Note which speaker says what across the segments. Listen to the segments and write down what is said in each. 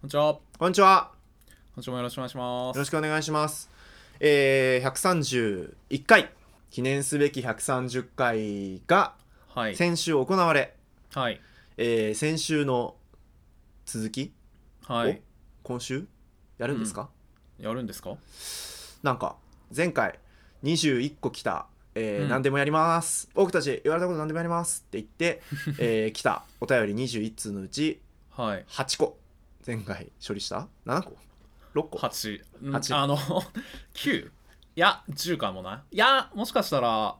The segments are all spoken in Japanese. Speaker 1: こんにちは。こ
Speaker 2: こんにちは。
Speaker 1: んにちは。よろしくお願いしま
Speaker 2: よ
Speaker 1: す。
Speaker 2: ろしくお願いします。えー、131回、記念すべき130回が
Speaker 1: はい。
Speaker 2: 先週行われ、
Speaker 1: はい。
Speaker 2: えー、先週の続き、
Speaker 1: はい。
Speaker 2: 今週やるんですか、
Speaker 1: やるんですか
Speaker 2: なんか、前回21個来た、えー
Speaker 1: うん
Speaker 2: 何でもやります。僕たち言われたこと何でもやりますって言って、えー、 来たお便り21通のうち
Speaker 1: はい。
Speaker 2: 8個、前回処理した7個 ?6 個
Speaker 1: 八。うん
Speaker 2: 八
Speaker 1: あの、 九。いや、十かもない。いや、もしかしたら、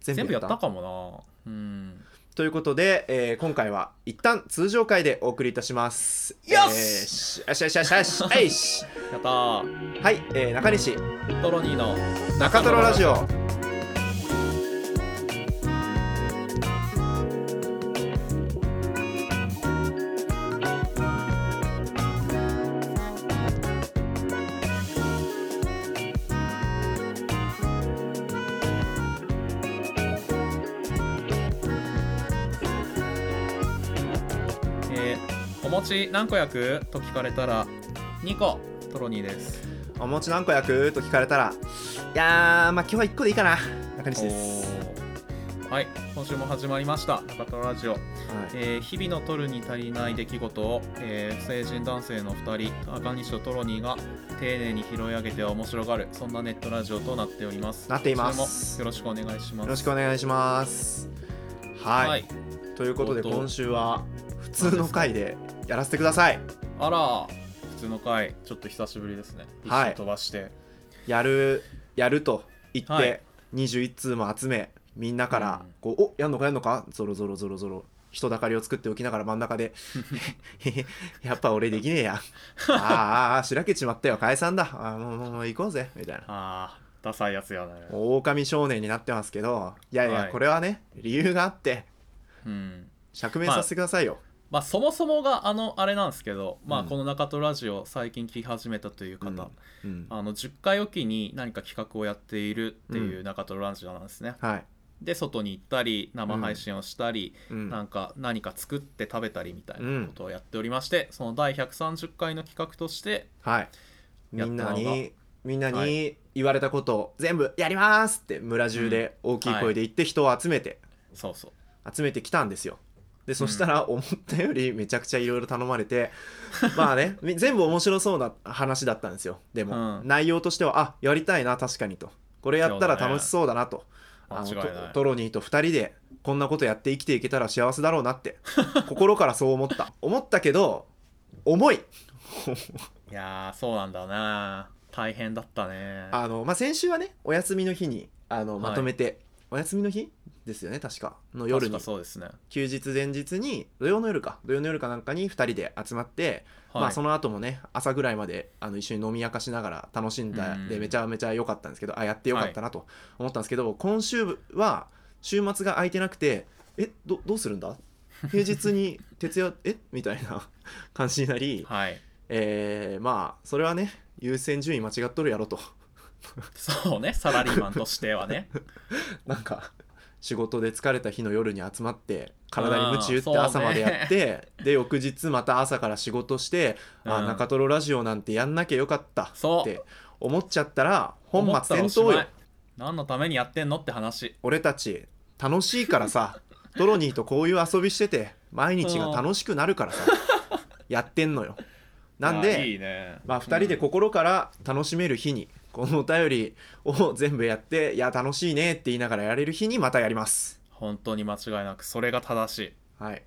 Speaker 1: 全部やったかもな。うん。
Speaker 2: ということで、えー今回は一旦通常回でお送りいたします。
Speaker 1: よし
Speaker 2: えーしよしよしよしよしよし
Speaker 1: やったー。
Speaker 2: はい、えー中西
Speaker 1: トロニーの
Speaker 2: 中トロラジオ。
Speaker 1: えーお餅何個焼くと聞かれたら、二個。トロニーです。
Speaker 2: お餅何個焼くと聞かれたら、いやー、まあ今日は1個でいいかな。中西です。
Speaker 1: おーはい。今週も始まりました。中トロラジオ。
Speaker 2: はい、
Speaker 1: えー日々の取るに足りない出来事を、えー成人男性の2人赤西とトロニーが丁寧に拾い上げて面白がるそんなネットラジオとなっております
Speaker 2: なっています
Speaker 1: 今週もよろしくお願いします
Speaker 2: よろしくお願いします。はい、
Speaker 1: はい
Speaker 2: ということで
Speaker 1: おっと
Speaker 2: 今週は普通の回でやらせてください。
Speaker 1: あら普通の回ちょっと久しぶりですね一
Speaker 2: はい
Speaker 1: 瞬飛ばして、
Speaker 2: やるやると言って、
Speaker 1: はい
Speaker 2: 21通も集めみんなから
Speaker 1: うん
Speaker 2: こう「おやんのかやんのか?」ゾロゾロゾロゾロ人だかりを作っておきながら真ん 中で 「へへやっぱ俺できねえや」あー「あーあーしらけちまったよ解散だあーもうもうもう行こうぜ」みたいな。
Speaker 1: あーダサいやつやね
Speaker 2: 狼少年になってますけどいやい
Speaker 1: は
Speaker 2: や
Speaker 1: い
Speaker 2: これはね、理由があって
Speaker 1: うん
Speaker 2: 釈明させてくださいよ、
Speaker 1: まあそもそもがあのあれなんですけど、まあ
Speaker 2: うん
Speaker 1: この中戸ラジオ最近聞き始めたという方、
Speaker 2: うんうん
Speaker 1: あの10回おきに何か企画をやっているっていう中戸ラジオなんですね、
Speaker 2: はい、
Speaker 1: で外に行ったり生配信をしたり、
Speaker 2: うん
Speaker 1: なんか何か作って食べたりみたい
Speaker 2: うん
Speaker 1: なことをやっておりまして、その第130回の企画として
Speaker 2: はい、み
Speaker 1: やった
Speaker 2: ん
Speaker 1: の
Speaker 2: な
Speaker 1: が
Speaker 2: にみんな
Speaker 1: は
Speaker 2: に言われたことを全部やりますって村中で大きい声で言って人を集めて、
Speaker 1: そうそう
Speaker 2: 集めてきたんですよでそした ら思ったよりめちゃくちゃいろいろ頼まれて、まあ ねみ全部面白そうな話だったんですよでも、
Speaker 1: うん
Speaker 2: 内容としてはあやりたいな確かにとこれやったら楽しそうだなとあ
Speaker 1: 間
Speaker 2: の
Speaker 1: 違いない
Speaker 2: トトロニーと2人でこんなことやって生きていけたら幸せだろうなって心からそう思った思ったけど重い
Speaker 1: いやーそうなんだな大変だったね
Speaker 2: あの、まあ、先週はねお休みの日にあの
Speaker 1: はい
Speaker 2: まとめて、お休みの日ですよね確かの夜に
Speaker 1: 確かそうですね、
Speaker 2: 休日前日に土曜の夜か土曜の夜かなんかに2人で集まって、まあそ
Speaker 1: の
Speaker 2: の後もね朝ぐらいまであの一緒に飲み明かしながら楽しんだ
Speaker 1: うん
Speaker 2: でめちゃめちゃ良かったんですけどあやって良かったなと思ったんですけど、今週は週末が空いてなくてえどどうするんだ平日に徹夜 えみたいな感じになり、
Speaker 1: はい
Speaker 2: えーまあそれはね優先順位間違っとるやろと
Speaker 1: そうねサラリーマンとしては ね
Speaker 2: なんか 仕事で疲れた日の夜に集まって体に鞭打っ
Speaker 1: あーそう
Speaker 2: て
Speaker 1: ね
Speaker 2: 朝まで やって、で翌日また朝から仕事してあ
Speaker 1: うん
Speaker 2: 中トロラジオなんてやんなきゃよかったっ
Speaker 1: そう
Speaker 2: て思っちゃったら本
Speaker 1: 思った
Speaker 2: 末
Speaker 1: らお
Speaker 2: 転
Speaker 1: し
Speaker 2: 倒
Speaker 1: ま
Speaker 2: よ
Speaker 1: い何のためにやってんのって話
Speaker 2: 俺たち楽しいか らさトロニーとこういう遊びしてて毎日が楽しくなるからさやってんのよな
Speaker 1: い
Speaker 2: ん
Speaker 1: や
Speaker 2: で
Speaker 1: いいね
Speaker 2: まあ2人で心から楽しめる日にこのお便りを全部やっていや楽しいねって言いながらやれる日にまたやります
Speaker 1: 本当に間違いなくそれが正しい
Speaker 2: はい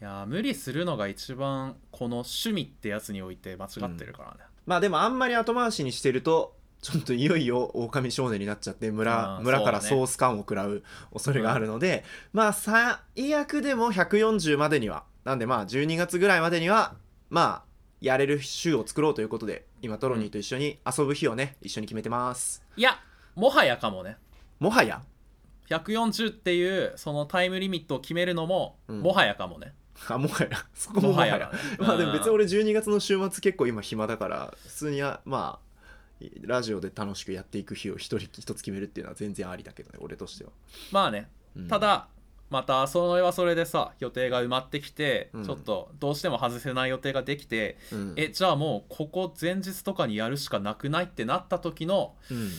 Speaker 1: いやー無理するのが一番この趣味ってやつにおいて間違ってるからね、
Speaker 2: まあでもあんまり後回しにしてるとちょっといよいよ狼少年になっちゃって村,、
Speaker 1: うん
Speaker 2: 村か
Speaker 1: そ
Speaker 2: ら
Speaker 1: うだ
Speaker 2: ソ
Speaker 1: ね
Speaker 2: ース感を食らう恐れがあるので、まあ最悪でも140までにはなんでまあ12月ぐらいまでにはまあやれる週を作ろうということで今トロニーと一緒に遊ぶ日をね一緒に決めてます
Speaker 1: いやもはやかもね
Speaker 2: もはや
Speaker 1: 140っていうそのタイムリミットを決めるのも、
Speaker 2: うん
Speaker 1: もはやかもね
Speaker 2: あもはやそこも
Speaker 1: も
Speaker 2: は
Speaker 1: は
Speaker 2: や
Speaker 1: やだね
Speaker 2: まあでも別に
Speaker 1: うん
Speaker 2: 俺12月の週末結構今暇だから普通にはまあラジオで楽しくやっていく日を一人一つ決めるっていうのは全然ありだけどね俺としては、
Speaker 1: まあね
Speaker 2: うん
Speaker 1: ただ、またそれはそれでさ予定が埋まってきて、
Speaker 2: うん
Speaker 1: ちょっとどうしても外せない予定ができて、
Speaker 2: うん
Speaker 1: えじゃあもうここ前日とかにやるしかなくないってなった時の
Speaker 2: うん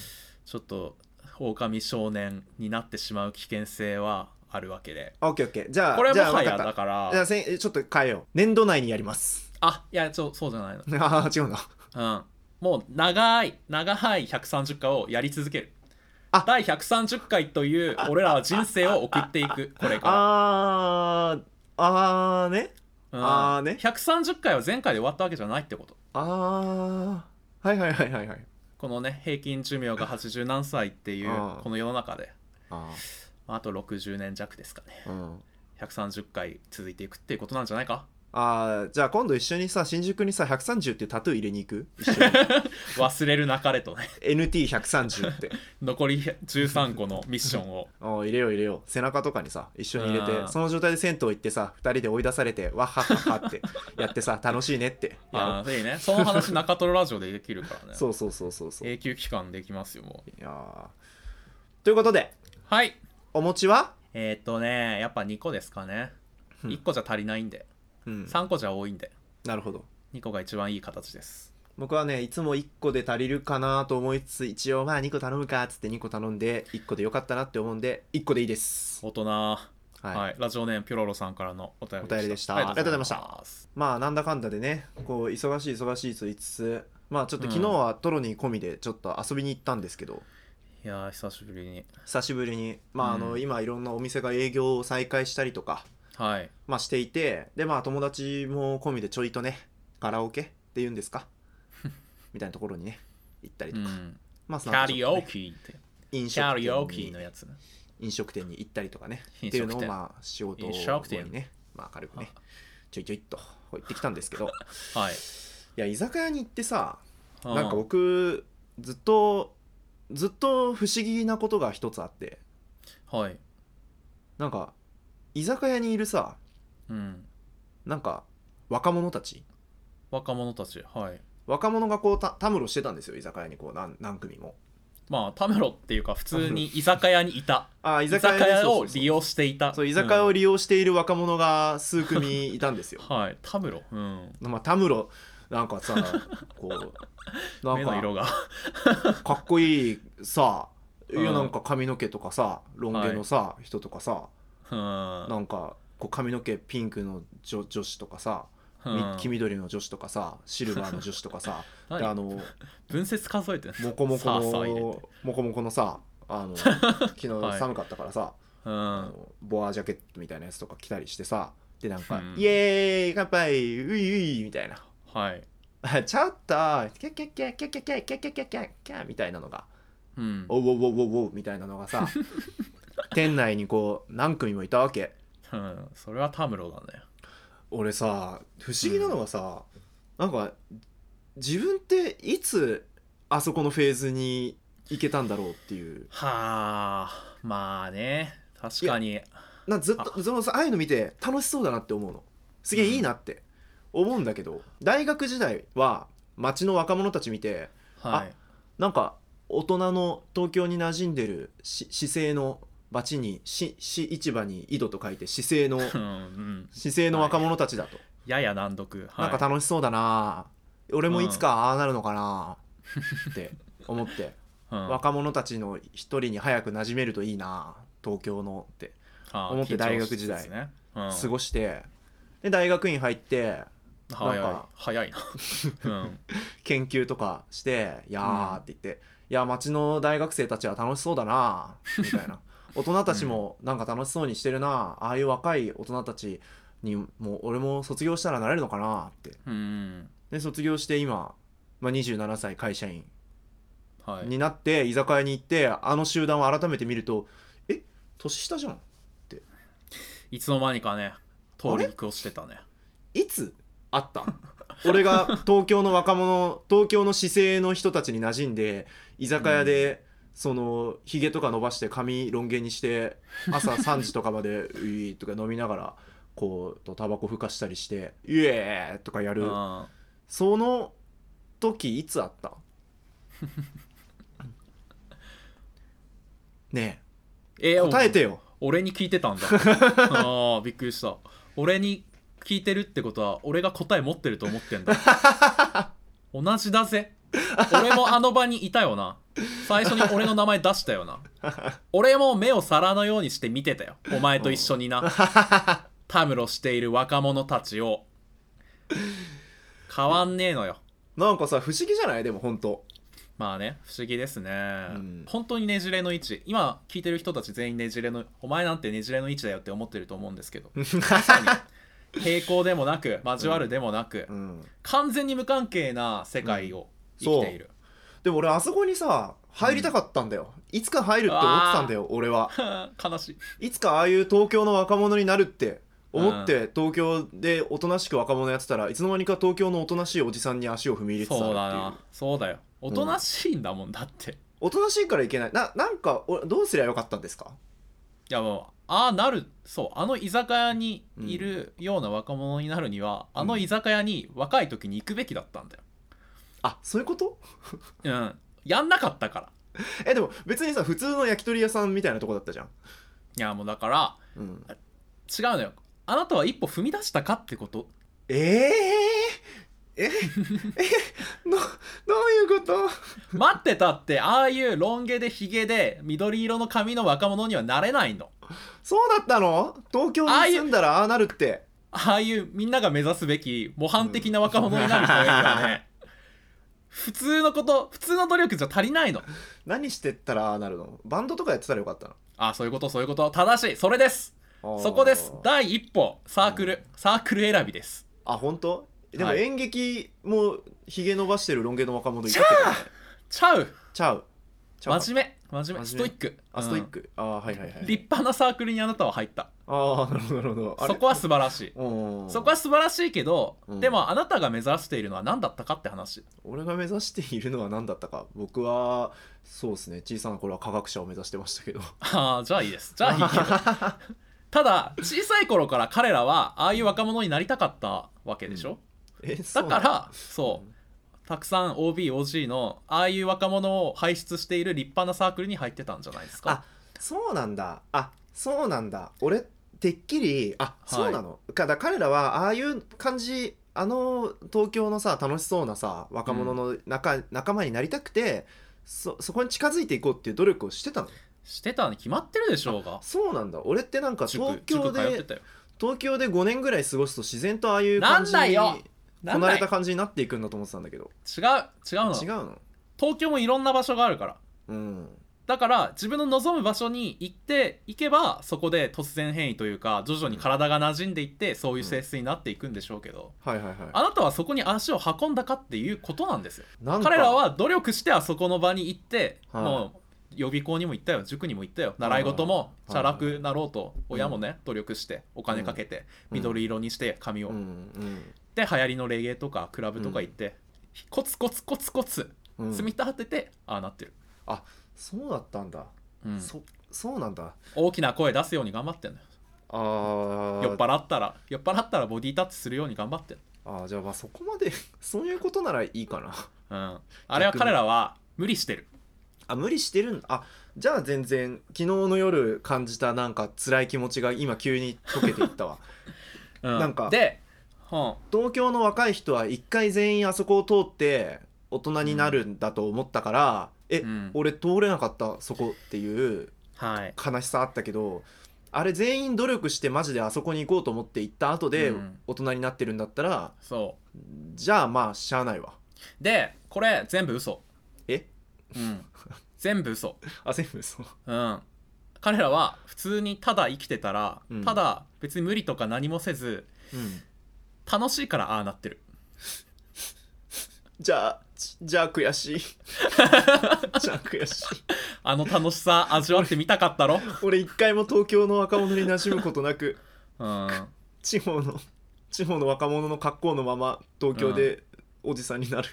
Speaker 1: ちょっと狼少年になってしまう危険性はあるわけで
Speaker 2: オッケーオッケーじゃあ
Speaker 1: これは
Speaker 2: じゃ
Speaker 1: も
Speaker 2: あ
Speaker 1: は
Speaker 2: 分
Speaker 1: や
Speaker 2: かった
Speaker 1: だから
Speaker 2: じゃあせんちょっと変えよう年度内にやります
Speaker 1: あいやちょそうじゃないの
Speaker 2: ああ違うんだ
Speaker 1: うん、もう長い長い130回をやり続ける
Speaker 2: あ
Speaker 1: 第130回という俺らは人生を送っていくこれか
Speaker 2: あーあーね
Speaker 1: ら、うん、
Speaker 2: あーね
Speaker 1: 130回は前回で終わったわけじゃないってこと
Speaker 2: あーはいはいはいはいはい
Speaker 1: このね平均寿命が80何歳っていう
Speaker 2: あー
Speaker 1: この世の中で
Speaker 2: あ
Speaker 1: まああと60年弱ですかね
Speaker 2: ー、うん、
Speaker 1: 130回続いていくっていうことなんじゃないか
Speaker 2: あーじゃあ今度一緒にさ新宿にさ130っていうタトゥー入れに行く一緒
Speaker 1: 忘れるなかれとね
Speaker 2: に NT130 って
Speaker 1: 残り13個のミッションを
Speaker 2: あー入れよう入れよう背中とかにさ一緒に入れ
Speaker 1: う
Speaker 2: て
Speaker 1: ん
Speaker 2: その状態で銭湯行ってさ2人で追い出されてわっはっはっはってやってさ楽 しいねってやろう
Speaker 1: あ ーいいねその話中トロラジオでできるからね
Speaker 2: そうそうそうそうそうい
Speaker 1: 永久期間できますよもう
Speaker 2: やーということで
Speaker 1: はい
Speaker 2: お餅は
Speaker 1: えーっとねやっぱ2個ですかね
Speaker 2: うん
Speaker 1: 1個じゃ足りないんで
Speaker 2: うん
Speaker 1: 3個じゃ多いんで
Speaker 2: なるほど
Speaker 1: 2個が一番いい形です
Speaker 2: 僕はねいつも1個で足りるかなと思いつつ一応まあ2個頼むかっつって2個頼んで1個でよかったなって思うんで1個でいいです、
Speaker 1: 大人は
Speaker 2: はい
Speaker 1: い、ラジオネームピョロロさんからのお便り
Speaker 2: お便りでした
Speaker 1: ありがとうございます
Speaker 2: まあなんだかんだでねこう忙しい忙しいと言いつつまあちょっと昨日はトロニー込みでちょっと遊びに行ったんですけど、
Speaker 1: いやー久しぶりに
Speaker 2: 久しぶりにまああの、
Speaker 1: うん
Speaker 2: 今いろんなお店が営業を再開したりとか、
Speaker 1: はい
Speaker 2: まあ、していてでまあ友達も込みでちょいとねカラオケっていうんで すかみたいなところにね行ったり
Speaker 1: う
Speaker 2: とか、
Speaker 1: ん
Speaker 2: まあ
Speaker 1: キ
Speaker 2: その
Speaker 1: ャ
Speaker 2: 後
Speaker 1: リ
Speaker 2: ち
Speaker 1: オ
Speaker 2: ょ
Speaker 1: ー
Speaker 2: っとね
Speaker 1: キーって
Speaker 2: 飲
Speaker 1: キャ
Speaker 2: 食
Speaker 1: リオーキ
Speaker 2: 店
Speaker 1: ー
Speaker 2: に
Speaker 1: のやつね
Speaker 2: 飲食店に行ったりとかね
Speaker 1: 飲食店
Speaker 2: っていうのをまあ仕事
Speaker 1: 飲食店
Speaker 2: にね、まあ、軽くねちょいちょいっと行ってきたんですけ ど
Speaker 1: はい
Speaker 2: いや居酒屋に行ってさ
Speaker 1: うん
Speaker 2: なんか僕ずっとずっと不思議なことが一つあって
Speaker 1: はい
Speaker 2: なんか居酒屋にいるさ
Speaker 1: うん
Speaker 2: なんか若者たち
Speaker 1: 若者たちはい
Speaker 2: 若者がこうたたむろしてたんですよ居酒屋にこう何何組も
Speaker 1: まあためろっていうか普通に居酒屋にいた
Speaker 2: あ ー居
Speaker 1: 居
Speaker 2: 酒屋
Speaker 1: 酒
Speaker 2: で
Speaker 1: 屋
Speaker 2: そう
Speaker 1: を
Speaker 2: そうそう
Speaker 1: 利用していた、
Speaker 2: そう居酒屋を利用している若者が数組いたんですよ
Speaker 1: はいたむろうん
Speaker 2: まあたむろなんかさこ うな
Speaker 1: 目の
Speaker 2: ん
Speaker 1: 色
Speaker 2: か
Speaker 1: が
Speaker 2: かっこいいさいや
Speaker 1: うん
Speaker 2: なんか髪の毛とかさロン毛のさ、人とかさ
Speaker 1: うん
Speaker 2: なんかこう髪の毛ピンクの女女子とかさ、み
Speaker 1: うん
Speaker 2: 黄緑の女子とかさシルバーの女子とか さで
Speaker 1: 何
Speaker 2: あの
Speaker 1: 分節数えてる
Speaker 2: モコモコ
Speaker 1: さあさあ入れ
Speaker 2: のモコモコのさ あの昨日
Speaker 1: はい
Speaker 2: 寒かったからさ、
Speaker 1: う
Speaker 2: あ
Speaker 1: ん
Speaker 2: のボアジャケットみたいなやつとか着たりしてさでなんか「
Speaker 1: うん
Speaker 2: イエーイ乾杯ういうい」みたいな
Speaker 1: はい
Speaker 2: 「ちょっとキャッキャッキャッキャッキャッキャッキャッキャッキャッキャッキャッ」みたいなのが
Speaker 1: うん
Speaker 2: 「おうおうおうおうおう」みたいなのがさ店内にこう何組もいたわけ
Speaker 1: うんそれはタムロだね
Speaker 2: 俺さ不思議なのがさ、なんか自分っていつあそこのフェーズに行けたんだろうっていう
Speaker 1: はあまあね確かに
Speaker 2: なずっとそのさああいうの見て楽しそうだなって思うのすげえいいなって思うんだけど、大学時代は街の若者たち見て
Speaker 1: はい
Speaker 2: なんか大人の東京に馴染んでるし市政の町に市市市場に井戸と書いて市 政の
Speaker 1: うんうん
Speaker 2: 市政の若者たちだと、
Speaker 1: やや難読はい
Speaker 2: なんか楽しそうだな俺もいつかああなるのかなって思って、
Speaker 1: うんは
Speaker 2: 若者たちの一人に早く馴染めるといいな東京のって
Speaker 1: あ
Speaker 2: 思って
Speaker 1: 緊張
Speaker 2: 大学時代
Speaker 1: しつつねうん
Speaker 2: 過ごして、で大学院入って
Speaker 1: 早
Speaker 2: なん
Speaker 1: い
Speaker 2: か
Speaker 1: 早い なうん
Speaker 2: 研究とかして「いやー」って言って「いや町の大学生たちは楽しそうだな」みたいな大人たちもなんか楽しそうにしてるなああいう若い大人たちにもう俺も卒業したらなれるのかなって
Speaker 1: うん
Speaker 2: で卒業して今、まあ、27歳会社員
Speaker 1: はい
Speaker 2: になって居酒屋に行ってあの集団を改めて見ると「え年下じゃん
Speaker 1: いつの間にかね通り行をしてたね
Speaker 2: いつあった俺が東京の若者東京の市政の人たちに馴染んで居酒屋で、そのひげとか伸ばして髪ロン毛にして朝3時とかまで「うい」とか飲みながらこうとタバコふかしたりして「イエーイ!」とかや
Speaker 1: う
Speaker 2: る
Speaker 1: ん
Speaker 2: その時いつあった ね
Speaker 1: え
Speaker 2: え
Speaker 1: ー
Speaker 2: 答えてよ
Speaker 1: 俺に聞いてたんだあーびっくりした俺に聞いてるってことは俺が答え持ってると思ってんだ同じだぜ俺もあの場にいたよな最初に俺の名前出したよな俺も目を皿のようにして見てたよお前と一緒になたむろしている若者たちを変わんねえのよ
Speaker 2: なんかさ不思議じゃないでも本当
Speaker 1: まあね不思議ですね、
Speaker 2: ん
Speaker 1: 本当にねじれの位置今聞いてる人たち全員ねじれのお前なんてねじれの位置だよって思ってると思うんですけど平行でもなく交わるでもなく、
Speaker 2: うん
Speaker 1: 完全に無関係な世界を生きている、
Speaker 2: でも俺あそこにさ入りたかったんだよ、いつか入るって思ってたんだよ俺は
Speaker 1: 悲しい
Speaker 2: いつかああいう東京の若者になるって思って東京でおとなしく若者やってたらいつの間にか東京のおとなしいおじさんに足を踏み入れてたってい
Speaker 1: そう
Speaker 2: う
Speaker 1: だなそうだよおとなしいんだもんだって、い
Speaker 2: おとなしいからいけないななんかおどうすりゃよかったんですか
Speaker 1: やもうああなるそうあの居酒屋にいるような若者になるには、あの居酒屋に若い時に行くべきだったんだよ
Speaker 2: あそういうこと
Speaker 1: うんやんなかったから
Speaker 2: えでも別にさ普通の焼き鳥屋さんみたいなとこだったじゃん、
Speaker 1: いやもうだから
Speaker 2: うん、
Speaker 1: 違うのよあなたは一歩踏み出したかって こと
Speaker 2: えー、ええ えのどういうこと
Speaker 1: 待ってたってああいうロン毛でヒゲで緑色の髪の若者にはなれないの
Speaker 2: そうだったの東京に住んだらああなるって
Speaker 1: ああいうみんなが目指すべき模範的な若者になる人がいるからね普通のこと普通の努力じゃ足りないの
Speaker 2: 何してったらああなるのバンドとかやってたらよかったの
Speaker 1: ああそういうことそういうこと正しいそれです
Speaker 2: あー
Speaker 1: そこです第一歩サークルサークル選びです
Speaker 2: あ本当でも
Speaker 1: はい
Speaker 2: 演劇もひげ伸ばしてるロン毛の若者いたけどね
Speaker 1: ちゃう
Speaker 2: ちゃうちゃう
Speaker 1: 真面目真面目ス
Speaker 2: 真
Speaker 1: ト
Speaker 2: 面目
Speaker 1: イック
Speaker 2: あストイッ
Speaker 1: うん
Speaker 2: ク、ああはいはいはい
Speaker 1: 立派なサークルにあなたは入った
Speaker 2: ああなるほどなるほどあれ
Speaker 1: そこは素晴らしい
Speaker 2: うん
Speaker 1: そこは素晴らしいけど、
Speaker 2: うん
Speaker 1: でもあなたが目指しているのは何だったかって話
Speaker 2: 俺が目指しているのは何だったか僕はそうですね小さな頃は科学者を目指してましたけど
Speaker 1: ああじゃあいいですじゃあいいけ どただ小さい頃から彼らはああいう若者になりたかったわけでしょ、
Speaker 2: えそ
Speaker 1: だ
Speaker 2: うな
Speaker 1: か
Speaker 2: の
Speaker 1: らそうたくさん OBOG のああいう若者を輩出している立派なサークルに入ってたんじゃないですか
Speaker 2: そうなんだあそうなんだ俺てっきりあ、
Speaker 1: い
Speaker 2: そうなのかだ彼らはああいう感じあの東京のさ楽しそうなさ若者の仲,、仲間になりたくてそそこに近づいていこうっていう努力をしてたの
Speaker 1: してたに決まってるでしょうが
Speaker 2: そうなんだ俺ってなんか
Speaker 1: 塾
Speaker 2: 東京
Speaker 1: 塾通って
Speaker 2: で
Speaker 1: たよ
Speaker 2: 東京で5年ぐらい過ごすと自然とああいう感じ
Speaker 1: なんだ
Speaker 2: に
Speaker 1: よな
Speaker 2: こ
Speaker 1: ん
Speaker 2: な
Speaker 1: だ
Speaker 2: れ
Speaker 1: い違
Speaker 2: た
Speaker 1: う
Speaker 2: 感じになっていくんだと思ってたんだけど
Speaker 1: 違うの
Speaker 2: 違うの
Speaker 1: 東京もいろんな場所があるから
Speaker 2: うん
Speaker 1: だから自分の望む場所に行っていけばそこで突然変異というか徐々に体が馴染んでいってそういう性質になっていくんでしょうけど、
Speaker 2: はいはいはい
Speaker 1: あなたはそこに足を運んだかっていうことなんですよ
Speaker 2: なんか
Speaker 1: 彼らは努力してあそこの場に行って、
Speaker 2: はい
Speaker 1: もう予備校にも行ったよ塾にも行ったよ習い事も
Speaker 2: い
Speaker 1: チャラくなろうと親もね努力してお金かけて
Speaker 2: うん
Speaker 1: 緑色にして髪を、
Speaker 2: うんうん
Speaker 1: で流行りのレゲエとかクラブとか行って、コツコツコツコツ
Speaker 2: うん
Speaker 1: 積み立てて、ああなってる、
Speaker 2: そうだったんだ、
Speaker 1: うん
Speaker 2: そそうなんだ
Speaker 1: 大きな声出すように頑張ってんのよ
Speaker 2: あー
Speaker 1: 酔っ払ったら酔っ払ったらボディタッチするように頑張って
Speaker 2: あーじゃあまあそこまで そういうことならいいかな
Speaker 1: うんあれは彼らは無理してる
Speaker 2: あ無理してるんあじゃあ全然昨日の夜感じたなんか辛い気持ちが今急に溶けていった わ
Speaker 1: うん
Speaker 2: なんか
Speaker 1: で、うん、
Speaker 2: 東京の若い人は一回全員あそこを通って大人になるんだと思ったから、え、
Speaker 1: うん
Speaker 2: 俺通れなかったそこっていう
Speaker 1: はい
Speaker 2: 悲しさあったけどあれ全員努力してマジであそこに行こうと思って行った後で
Speaker 1: うん
Speaker 2: 大人になってるんだったら、
Speaker 1: そ
Speaker 2: じゃあまあしゃあないわ
Speaker 1: うでこれ全部嘘
Speaker 2: え
Speaker 1: うん全部嘘
Speaker 2: あ全部そう
Speaker 1: うん彼らは普通にただ生きてたら、
Speaker 2: うん
Speaker 1: ただ別に無理とか何もせず
Speaker 2: うん
Speaker 1: 楽しいからああなってる
Speaker 2: じゃあじじゃあ悔しい じゃあ悔しい
Speaker 1: あの楽しさ味わってみたかったろ、
Speaker 2: 俺一回も東京の若者に馴染むことなく
Speaker 1: うん、
Speaker 2: 地方の地方の若者の格好のまま東京でおじさんになる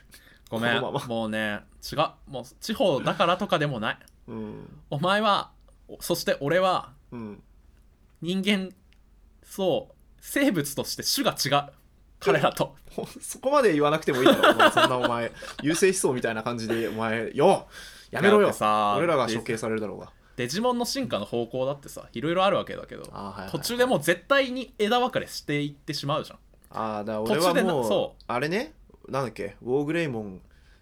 Speaker 1: ごめん
Speaker 2: このまま
Speaker 1: もうね違うもう地方だからとかでもない
Speaker 2: うん
Speaker 1: お前はおそして俺は
Speaker 2: うん
Speaker 1: 人間そう生物として種が違う彼らと
Speaker 2: ほそこまで言わなくてもいいだろお前そんなお前優勢思想みたいな感じでお前よやめろ
Speaker 1: だ
Speaker 2: よ
Speaker 1: ってさ
Speaker 2: 俺らが処刑されるだろうが
Speaker 1: デジモンの進化の方向だってさいろいろあるわけだけど
Speaker 2: あー、はいはい、
Speaker 1: 途中でもう絶対に枝分かれしていってしまうじゃん
Speaker 2: ああだから俺は
Speaker 1: 途中でな
Speaker 2: もう
Speaker 1: そ
Speaker 2: あれねなんだっけウォーグレイモン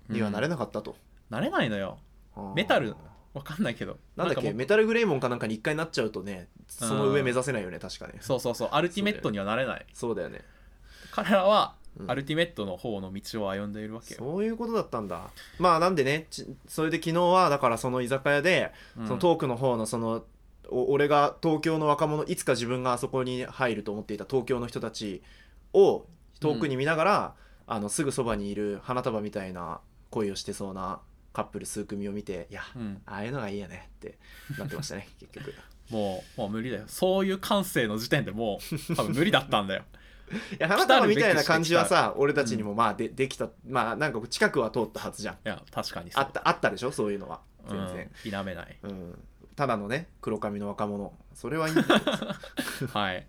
Speaker 2: にはなれなかったと、
Speaker 1: なれないのよ
Speaker 2: あー
Speaker 1: メタルわかんないけど
Speaker 2: なんだっ
Speaker 1: か
Speaker 2: け
Speaker 1: もう
Speaker 2: メタルグレイモンかなんかに一回なっちゃうとねその上目指せないよね確かね
Speaker 1: そうそうそうアルティメットにはなれない、
Speaker 2: そうだよね、
Speaker 1: 彼らは
Speaker 2: うん
Speaker 1: アルティメットの方の道を歩んでいるわけよ、
Speaker 2: そういうことだったんだまあなんでねちそれで昨日はだからその居酒屋で、
Speaker 1: うん
Speaker 2: そのトークの方のそのお俺が東京の若者いつか自分があそこに入ると思っていた東京の人たちを遠くに見ながら、あのすぐそばにいる花束みたいな恋をしてそうなカップル数組を見ていや
Speaker 1: うん、
Speaker 2: ああいうのがいいよねってなってまし たね結局い
Speaker 1: もうもう無理だよそういう感性の時点でもう 多分無理だったんだよ
Speaker 2: や花束みたいな感じはさ俺たちにもまあでできたまあなんか近くは通ったはずじゃん
Speaker 1: いや確かにそ
Speaker 2: あ
Speaker 1: う
Speaker 2: ったあったでしょそういうのは全然、
Speaker 1: うん、否め ない
Speaker 2: うん、ただのね黒髪の若者そ れはいいんだけど
Speaker 1: はい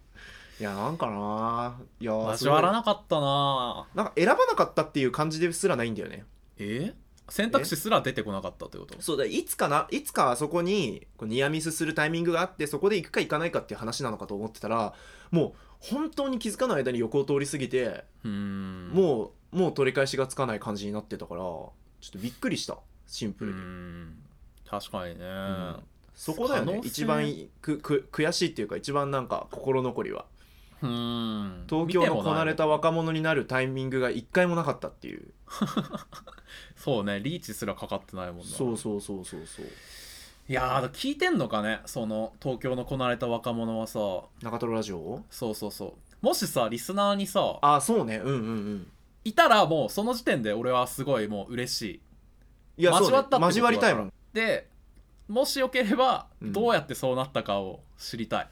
Speaker 2: いやなんかないやー
Speaker 1: 交わら
Speaker 2: す
Speaker 1: なかったなぁ
Speaker 2: ごいなんか選ばなかったっていう感じですらないんだよね
Speaker 1: え選択肢すら出てこなかったってこと
Speaker 2: そうだいつかないつかあそこにこうニアミスするタイミングがあってそこで行くか行かないかっていう話なのかと思ってたらもう本当に気づかない間に横を通り過ぎて、
Speaker 1: うーんう
Speaker 2: もうもう取り返しがつかない感じになってたからちょっとびっくりしたシンプ
Speaker 1: うー
Speaker 2: ルに、
Speaker 1: ん確かにね、
Speaker 2: んそこだよ
Speaker 1: 可
Speaker 2: ね
Speaker 1: 能性
Speaker 2: 一番いくく悔しいっていうか一番なんか心残りは
Speaker 1: うーん
Speaker 2: 東京のこなれ
Speaker 1: 見てもい
Speaker 2: た若者になるタイミングが一回もなかったっていう
Speaker 1: そうねリーチすらかかってないもんな
Speaker 2: そうそうそうそうそう
Speaker 1: いやー聞いてんのかねその東京のこなれた若者はさ
Speaker 2: 中トロラジオ
Speaker 1: そうそうそうもしさリスナーにさ
Speaker 2: あそうねうんうんうん
Speaker 1: いたらもうその時点で俺はすごいもう嬉しい
Speaker 2: いや
Speaker 1: 交わった
Speaker 2: そうね
Speaker 1: ってことだ
Speaker 2: 交わりたいもん
Speaker 1: でもしよければ
Speaker 2: うん
Speaker 1: どうやってそうなったかを知りたい、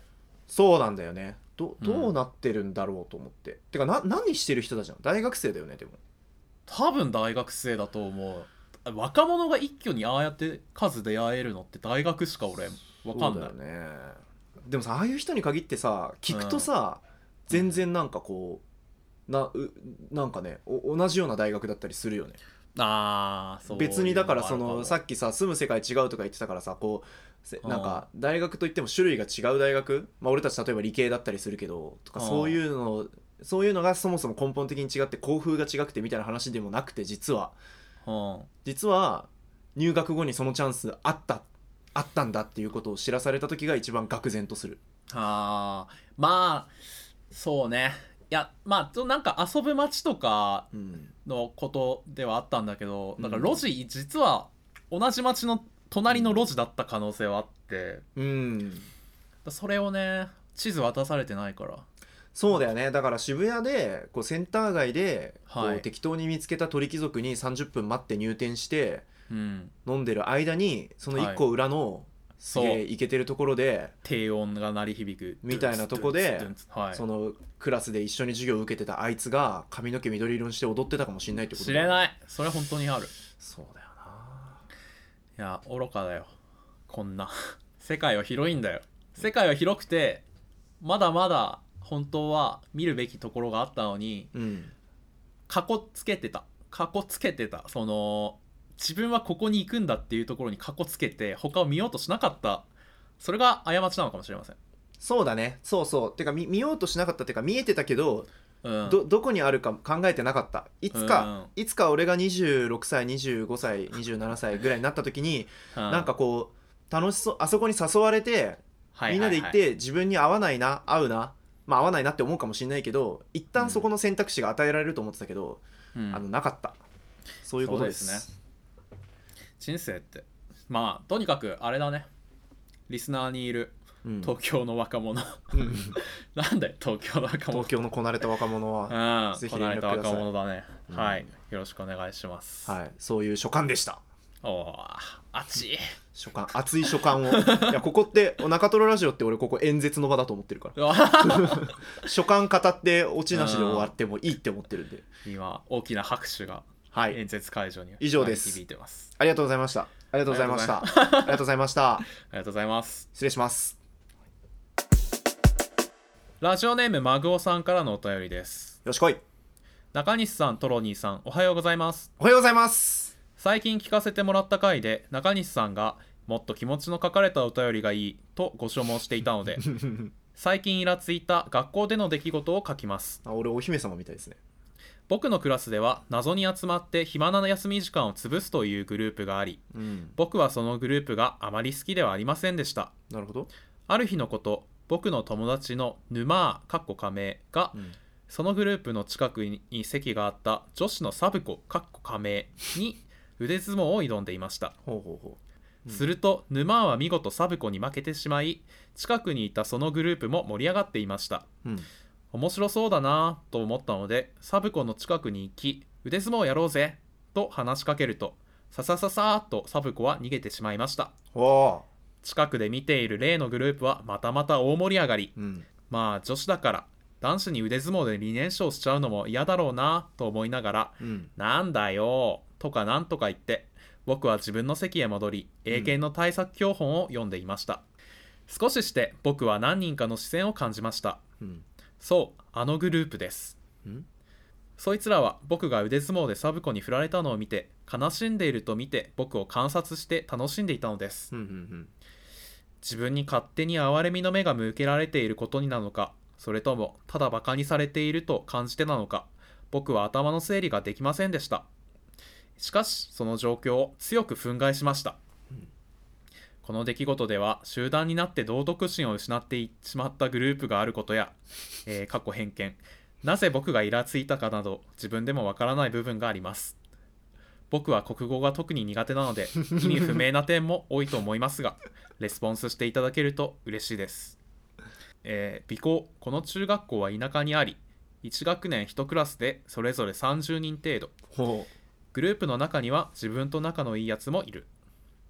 Speaker 2: そうなんだよねど
Speaker 1: うん
Speaker 2: どうなってるんだろうと思って、てかな何してる人たちなの大学生だよねでも
Speaker 1: 多分大学生だと思う若者が一挙にああやって数出会えるのって大学しか俺分かんない
Speaker 2: そうだよねでもさああいう人に限ってさ聞くとさ、全然なんかこうなうなんかねお同じような大学だったりするよね
Speaker 1: ああそう
Speaker 2: 別にだからそのさ
Speaker 1: っ
Speaker 2: っきさ住む世界違うとか言ってたからさこうせ
Speaker 1: うん
Speaker 2: なんか大学といっても種類が違う大学、まあ、俺たち例えば理系だったりするけどとか
Speaker 1: うん
Speaker 2: そういうのそういうのがそもそも根本的に違って校風が違くてみたいな話でもなくて実は
Speaker 1: うん
Speaker 2: 実は入学後にそのチャンスあったあったんだっていうことを知らされた時が一番愕然とする
Speaker 1: ああまあそうねいやまあちょなんか遊ぶ街とか
Speaker 2: うん
Speaker 1: のことではあったんだけど
Speaker 2: うん
Speaker 1: だから路地、実は同じ街の隣の路地だった可能性はあって
Speaker 2: うん
Speaker 1: だそれをね地図渡されてないから
Speaker 2: そうだよねだから渋谷でこうセンター街でこ
Speaker 1: は
Speaker 2: う
Speaker 1: い
Speaker 2: 適当に見つけた鳥貴族に30分待って入店して、
Speaker 1: うん
Speaker 2: 飲んでる間にその1個裏のすげ
Speaker 1: そ
Speaker 2: え
Speaker 1: う
Speaker 2: イケてるところで、
Speaker 1: 低音が鳴り響く
Speaker 2: みたいなとこで
Speaker 1: ドゥンツドゥンツドゥンツ
Speaker 2: そ
Speaker 1: はい
Speaker 2: のクラスで一緒に授業を受けてたあいつが髪の毛緑色にして踊ってたかもしれないってこと
Speaker 1: 知れ
Speaker 2: い
Speaker 1: ないそれ本当にある
Speaker 2: そうだよない
Speaker 1: や愚かだよこんな 世界は広いんだよ世界は広くてまだまだ本当は見るべきところがあったのに
Speaker 2: うん
Speaker 1: かこつけてたかこつけてたその自分はここに行くんだっていうところにかこつけて他を見ようとしなかったそれが過ちなのかもしれません
Speaker 2: そうだねそうそうてか見見ようとしなかったっていうか見えてたけど、
Speaker 1: うん
Speaker 2: どどこにあるか考えてなかったいつか、いつか俺が26歳25歳27歳ぐらいになった時に、
Speaker 1: うん
Speaker 2: なんかこう楽しそうあそこに誘われて
Speaker 1: はい
Speaker 2: みんなで行っ
Speaker 1: はい
Speaker 2: て自分に合わないな合うなまあ合わないなって思うかもしれないけど一旦そこの選択肢が与えられると思ってたけど、
Speaker 1: はいうん
Speaker 2: あのなかったそういうことです
Speaker 1: そうです人生ってまあとにかくあれだねリスナーにいる
Speaker 2: うん
Speaker 1: 東京の若者、
Speaker 2: うん
Speaker 1: なんだよ東京の若者
Speaker 2: 東京のこなれた若者は、
Speaker 1: うん
Speaker 2: ぜひ
Speaker 1: こなれた
Speaker 2: 連絡く
Speaker 1: 若
Speaker 2: ださい
Speaker 1: 者だね、
Speaker 2: うん
Speaker 1: はいよろしくお願いします、
Speaker 2: はい、そういう所感でした
Speaker 1: おお熱 い
Speaker 2: 所感熱い所感をいやここって中トロラジオって俺ここ演説の場だと思ってるか
Speaker 1: うわ
Speaker 2: ら所感語ってオチなしで終わってもいいって思ってるんで
Speaker 1: 今大きな拍手が
Speaker 2: はい
Speaker 1: 演説会場に
Speaker 2: 以上で
Speaker 1: は
Speaker 2: す
Speaker 1: い響いてます
Speaker 2: ありがとうございましたありがとうございましたありがとうございました
Speaker 1: ありがとうございます
Speaker 2: 失礼します
Speaker 1: ラジオネームマグオさんからのお便りです
Speaker 2: よしこい
Speaker 1: 中西さんトロニーさんおはようございます
Speaker 2: おはようございます
Speaker 1: 最近聞かせてもらった回で中西さんがもっと気持ちの書かれたお便りがいいとご所望していたの で最近イラついた学校での出来事を書きます
Speaker 2: あ俺お姫様みたいですね
Speaker 1: 僕のクラスでは謎に集まって暇な休み時間を潰すというグループがあり
Speaker 2: うん
Speaker 1: 僕はそのグループがあまり好きではありませんでした
Speaker 2: なるほど、
Speaker 1: ある日のこと僕の友達の沼かっこ仮名が
Speaker 2: うん
Speaker 1: そのグループの近くに席があった女子のサブコかっこ仮名に腕相撲を挑んでいました
Speaker 2: ほうほうほうん
Speaker 1: すると沼は見事サブコに負けてしまい近くにいたそのグループも盛り上がっていました
Speaker 2: う、うん、
Speaker 1: 面白そうだなぁと思ったのでサブコの近くに行き腕相撲やろうぜと話しかけるとささささーっとサブコは逃げてしまいました
Speaker 2: お
Speaker 1: 近くで見ている例のグループはまたまた大盛り上がり
Speaker 2: ーうん
Speaker 1: まあ女子だから男子に腕相撲で理念書をしちゃうのも嫌だろうなぁと思いながら
Speaker 2: うん
Speaker 1: なんだよとかなんとか言って僕は自分の席へ戻り英検の対策教本を読んでいました、少しして僕は何人かの視線を感じました
Speaker 2: うん
Speaker 1: そうあのグループです
Speaker 2: うん
Speaker 1: そいつらは僕が腕相撲でサブコに振られたのを見て悲しんでいると見て僕を観察して楽しんでいたのです
Speaker 2: うんうん
Speaker 1: 自分に勝手に憐れみの目が向けられていることになのかそれともただバカにされていると感じてなのか僕は頭の整理ができませんでしたしかしその状況を強く憤慨しました、
Speaker 2: うん
Speaker 1: この出来事では集団になって道徳心を失ってしまったグループがあることや、えー過去偏見なぜ僕がイラついたかなど自分でもわからない部分があります僕は国語が特に苦手なので意味不明な点も多いと思いますがレスポンスしていただけると嬉しいです、えー、美高この中学校は田舎にあり1学年1クラスでそれぞれ30人程度
Speaker 2: ほ
Speaker 1: グループの中には自分と仲のいいやつもいる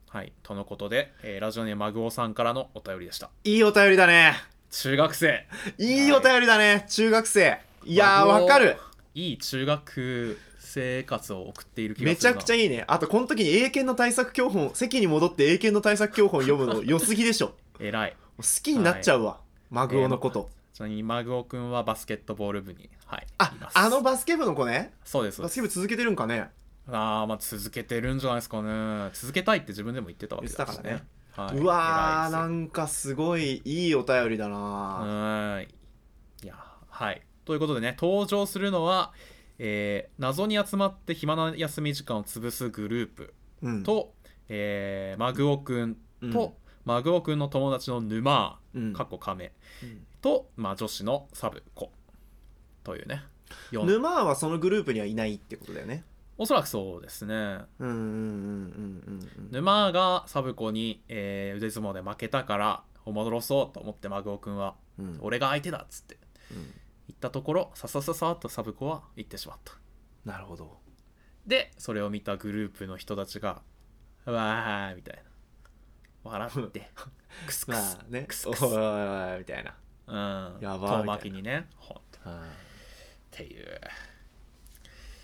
Speaker 1: はいとのことで、えーラジオネームマグオさんからのお便りでした
Speaker 2: ういいお便りだね
Speaker 1: 中学生
Speaker 2: いいお便りだね、中学生いやー
Speaker 1: まあ
Speaker 2: わかる
Speaker 1: いい中学生活を送っている気が
Speaker 2: め
Speaker 1: す
Speaker 2: ち
Speaker 1: る
Speaker 2: ゃ
Speaker 1: な
Speaker 2: くちゃいいねあとこの時に英検の対策教本席に戻って英検の対策教本読むの 良すぎでしょ
Speaker 1: 偉い
Speaker 2: 好きになっちゃうわ、マグオのこと、
Speaker 1: ちなみにマグオくんはバスケットボール部にはいいま
Speaker 2: あ
Speaker 1: す
Speaker 2: あのバスケ部の子ね
Speaker 1: そうですそう
Speaker 2: バ
Speaker 1: で
Speaker 2: ス
Speaker 1: す
Speaker 2: ケ部続けてるんかね
Speaker 1: ああまあ続けてるんじゃないですかね続けたいって自分でも言ってたわけだし
Speaker 2: 言って
Speaker 1: ねは
Speaker 2: うわー
Speaker 1: 偉
Speaker 2: ないんかすごいいいお便りだ
Speaker 1: です
Speaker 2: な、
Speaker 1: はーいいやはいということでね登場するのは、えー謎に集まって暇な休み時間を潰すグループ
Speaker 2: うん、
Speaker 1: と、えーマグオくん
Speaker 2: うん、
Speaker 1: と、マグオくんの友達の沼
Speaker 2: うん
Speaker 1: かっこ亀
Speaker 2: うん
Speaker 1: と、まあ、女子のサブ子というね四
Speaker 2: 沼はそのグループにはいないってことだよね
Speaker 1: おそらくそうですね
Speaker 2: うんうんうんうんうんうん
Speaker 1: 沼がサブ子に、えー腕相撲で負けたからおもろそうと思ってマグオくんは
Speaker 2: うん
Speaker 1: 俺が相手だっつって
Speaker 2: うん
Speaker 1: 言ったところささささっとサブ子は行ってしまった
Speaker 2: なるほど
Speaker 1: でそれを見たグループの人たちが「わー」みたいな笑って クスク
Speaker 2: ま
Speaker 1: ス
Speaker 2: あね
Speaker 1: クス
Speaker 2: お
Speaker 1: ク
Speaker 2: い
Speaker 1: ス
Speaker 2: おいおいみたいな
Speaker 1: うん
Speaker 2: やばーみたいな
Speaker 1: 遠巻きにねほんと
Speaker 2: は
Speaker 1: っていう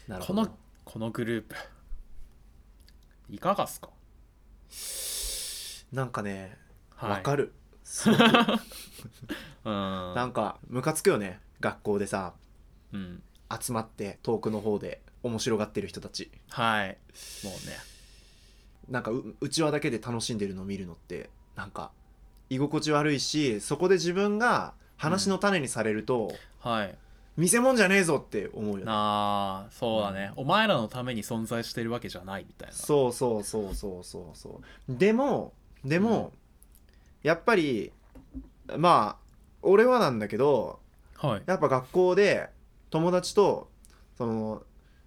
Speaker 2: いなる
Speaker 1: こ
Speaker 2: ほど
Speaker 1: のこのグループいかがっすか
Speaker 2: なんかねわ、
Speaker 1: はい
Speaker 2: かるすごく
Speaker 1: うん
Speaker 2: なんかムカつくよね学校でさ
Speaker 1: うん
Speaker 2: 集まって遠くの方で面白がってる人たち
Speaker 1: はいもうね
Speaker 2: なんかううちわだけで楽しんでるの見るのってなんか居心地悪いしそこで自分が話の種にされると、
Speaker 1: はい
Speaker 2: 見せ物じゃねえぞって思うよね
Speaker 1: なあそうだね、お前らのために存在してるわけじゃないみたいな
Speaker 2: そうそうそうそうそうそうでもでも、やっぱりまあ俺はなんだけど
Speaker 1: はい、
Speaker 2: やっぱ学校で友達とその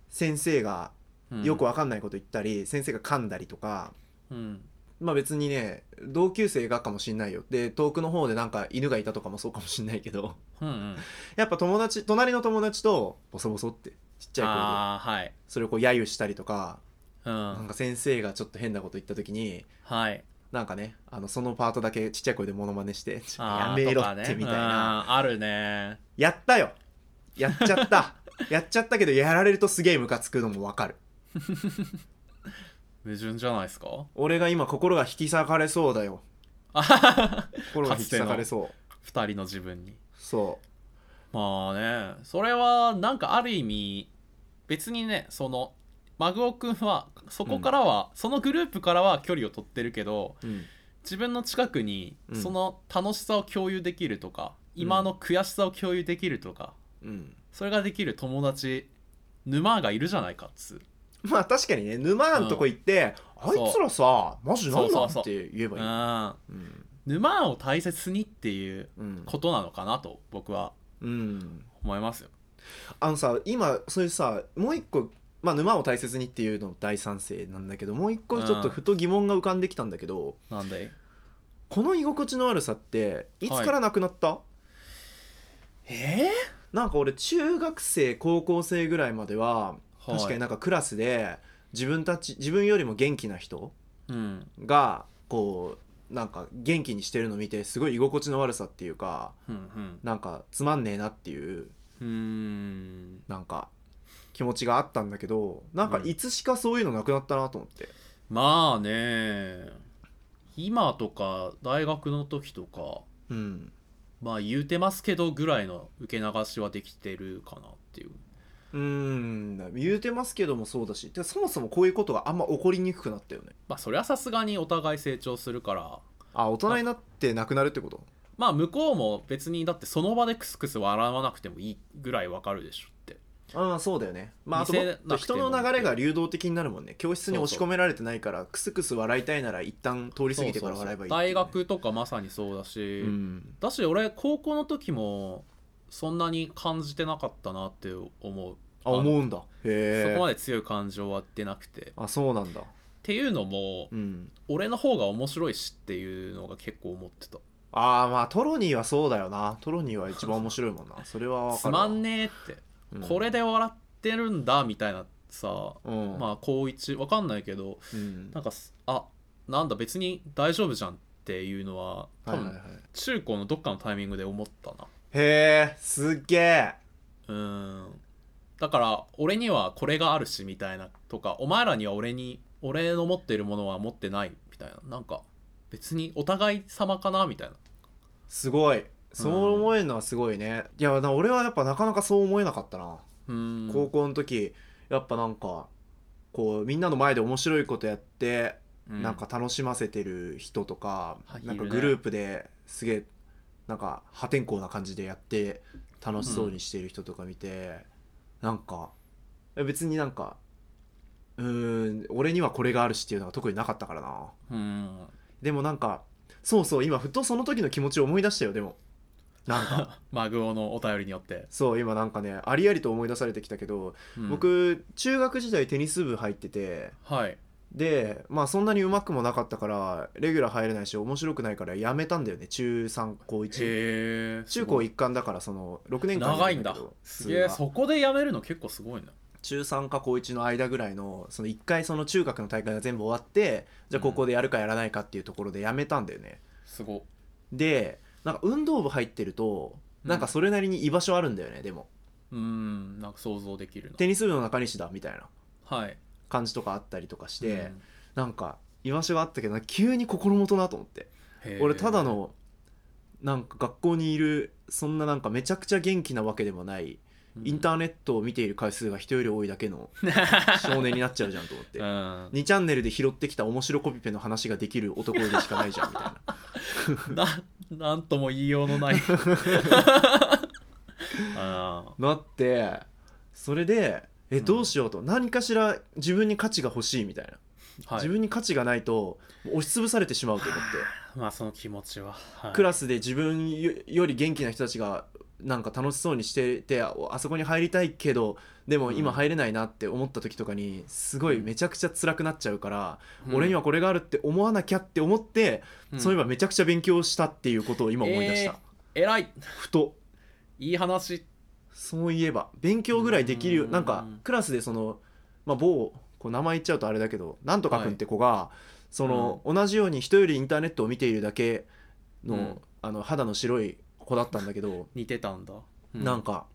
Speaker 2: 先生が
Speaker 1: うん
Speaker 2: よくわかんないこと言ったり、先生が噛んだりとか
Speaker 1: うん
Speaker 2: まあ別にね同級生がかもしんないよで遠くの方でなんか犬がいたとかもそうかもしんないけど
Speaker 1: うんうん
Speaker 2: やっぱ友達隣の友達とボソボソってちっちゃい
Speaker 1: ああはい
Speaker 2: 声でそれをこう揶揄したりとか、
Speaker 1: う
Speaker 2: なん
Speaker 1: ん
Speaker 2: か先生がちょっと変なこと言った時に
Speaker 1: はい
Speaker 2: なんかねあのそのパートだけちっちゃい声でモノマネして「や
Speaker 1: あー
Speaker 2: めろ」
Speaker 1: とか
Speaker 2: っ
Speaker 1: ね
Speaker 2: てみたいな、
Speaker 1: うんあるね
Speaker 2: やったよやっちゃった やっちゃったけどやられるとすげえムカつくのもわかる
Speaker 1: 矛盾じゃないですか
Speaker 2: 俺が今心が引き裂かれそうだよ
Speaker 1: あはは
Speaker 2: 心が引き裂かれそう
Speaker 1: 二人の自分に
Speaker 2: そ
Speaker 1: まあねそれはなんかある意味別にねそのマグオくんはそこからは、そのグループからは距離を取ってるけど
Speaker 2: うん
Speaker 1: 自分の近くに
Speaker 2: うん
Speaker 1: その楽しさを共有できるとか、
Speaker 2: うん
Speaker 1: 今の悔しさを共有できるとか
Speaker 2: うん
Speaker 1: それができる友達沼がいるじゃないかっつう
Speaker 2: まあ確かにね沼のとこ行って、
Speaker 1: うん
Speaker 2: あいつらさマジなん
Speaker 1: そうそ
Speaker 2: だ
Speaker 1: うそう
Speaker 2: って言えばいい
Speaker 1: うん
Speaker 2: うん
Speaker 1: 沼を大切にっていう
Speaker 2: うん
Speaker 1: ことなのかなと僕は
Speaker 2: うん
Speaker 1: 思いますよ
Speaker 2: あのさ今そういうさもう一個まあ沼を大切にっていうの大賛成なんだけどもう一個ちょっとふと疑問が浮かんできたんだけど、
Speaker 1: なんで
Speaker 2: この居心地の悪さっていつからなくなった、
Speaker 1: え
Speaker 2: なんか俺中学生高校生ぐらいまでは
Speaker 1: ー
Speaker 2: 確かに
Speaker 1: な
Speaker 2: なんかクラスで自分たち自分よりも元気な人
Speaker 1: うん
Speaker 2: がこうなんか元気にしてるの見てすごい居心地の悪さっていうか
Speaker 1: うん
Speaker 2: なんかつまんねえなっていう
Speaker 1: うんうーん
Speaker 2: なんか気持ちがあったんだけどなんかいつしかそういうのなくなったなと思って、
Speaker 1: まあね今とか大学の時とか
Speaker 2: うん、
Speaker 1: まあ言うてますけどぐらいの受け流しはできてるかなっていう
Speaker 2: うーん言うてますけどもそうだしてかそもそもこういうことがあんま起こりにくくなったよね
Speaker 1: まあそれはさすがにお互い成長するから
Speaker 2: あ大人になってなくなるってこと
Speaker 1: まあ向こうも別にだってその場でクスクス笑わなくてもいいぐらいわかるでしょって
Speaker 2: ああそうだよねまああと
Speaker 1: 見
Speaker 2: も
Speaker 1: せな
Speaker 2: っ
Speaker 1: くても
Speaker 2: と人の流れが流動的になるもんね教室に押し込められてないからクスクス笑いたいなら一旦通り過ぎてから笑えばいいってい
Speaker 1: 大
Speaker 2: うね、
Speaker 1: 学とかまさにそうだし、
Speaker 2: うん
Speaker 1: だし俺高校の時もそんなに感じてなかったなって思う
Speaker 2: あ思うんだ
Speaker 1: そこま
Speaker 2: へえ
Speaker 1: で強い感情は出なくてっ
Speaker 2: あそうなんだ
Speaker 1: ていうのも
Speaker 2: うん
Speaker 1: 俺の方が面白いしっていうのが結構思ってた
Speaker 2: ああまあトロニーはそうだよなトロニーは一番面白いもんなそれは分
Speaker 1: つ
Speaker 2: かるわ
Speaker 1: まんねえって、
Speaker 2: うん
Speaker 1: これで笑ってるんだみたいなさ
Speaker 2: うん
Speaker 1: まあ高一わかんないけど
Speaker 2: うん
Speaker 1: なんかすあなんだ別に大丈夫じゃんっていうのは多
Speaker 2: はいはいはい
Speaker 1: 分中高のどっかのタイミングで思ったな
Speaker 2: へえすっげえ
Speaker 1: うんだから俺にはこれがあるしみたいなとかお前らには俺に俺の持ってるものは持ってないみたいななんか別にお互い様かなみたいな
Speaker 2: すごいそう思えるのはすごいね、いやな俺はやっぱなかなかそう思えなかったな
Speaker 1: うん
Speaker 2: 高校の時やっぱなんかこうみんなの前で面白いことやって、
Speaker 1: うん
Speaker 2: なんか楽しませてる人とか、
Speaker 1: はい
Speaker 2: なんか
Speaker 1: いるね
Speaker 2: グループですげえなんか破天荒な感じでやって楽しそうにしてる人とか見て、なんか別になんかうーん俺にはこれがあるしっていうのが特になかったからな
Speaker 1: うん
Speaker 2: でもなんかそうそう今ふとその時の気持ちを思い出したよでもなんか
Speaker 1: マグオのお便りによって、
Speaker 2: そう今なんかねありありと思い出されてきたけど
Speaker 1: うん
Speaker 2: 僕中学時代テニス部入ってて
Speaker 1: はい
Speaker 2: でまあそんなにうまくもなかったからレギュラー入れないし面白くないからやめたんだよね中3高1
Speaker 1: へえ
Speaker 2: 中高一貫だからその6年間
Speaker 1: 長いんだ
Speaker 2: けど
Speaker 1: すげえ
Speaker 2: 普通は
Speaker 1: そこでやめるの結構すごいな
Speaker 2: 中3か高1の間ぐらいのその1回その中学の大会が全部終わってじゃあ高校でやるかやらないかっていうところでやめたんだよね、
Speaker 1: すご
Speaker 2: でなんか運動部入ってるとなんかそれなりに居場所あるんだよねでも
Speaker 1: うんなんか想像できる
Speaker 2: テニス部の中西だみたいな
Speaker 1: なはい
Speaker 2: 感じとかあったりとかして、
Speaker 1: うん
Speaker 2: なんか居場所があったけど急に心もとなと思って
Speaker 1: へー
Speaker 2: 俺ただのなんか学校にいるそんななんかめちゃくちゃ元気なわけでもないイン
Speaker 1: ー
Speaker 2: ターネットを見ている回数が人より多いだけの少年になっちゃうじゃんと思っ て
Speaker 1: うん
Speaker 2: 2チャンネルで拾ってきた面白コピペの話ができる男でしかないじゃんみた いな
Speaker 1: ななんとも言いようの ない あ
Speaker 2: なってそれでえ
Speaker 1: うん
Speaker 2: どうしようと何かしら自分に価値が欲しいみたいな
Speaker 1: あ、はい
Speaker 2: 自、分に価値がないともう押しつぶされてしまうと思って
Speaker 1: まあその気持ちは、はい
Speaker 2: クラスで自分よより元気な人たちがなんか楽しそうにしててああそこに入りたいけどでも今入れないなって思った時とかにすごいめちゃくちゃ辛くなっちゃうから、
Speaker 1: うん
Speaker 2: 俺にはこれがあるって思わなきゃって思って、
Speaker 1: うん
Speaker 2: そういえばめちゃくちゃ勉強したっていうことを今思い出した、
Speaker 1: えらい
Speaker 2: ふと
Speaker 1: いい話
Speaker 2: そういえば勉強ぐらいできるよ
Speaker 1: うん
Speaker 2: なんかクラスでその、まあ、某こう名前言っちゃうとあれだけどなんとかくんって子が、その、同じように人よりインターネットを見ているだけの,、
Speaker 1: うん
Speaker 2: あの肌の白い子だったんだけど、
Speaker 1: 似てたんだ、う
Speaker 2: なんか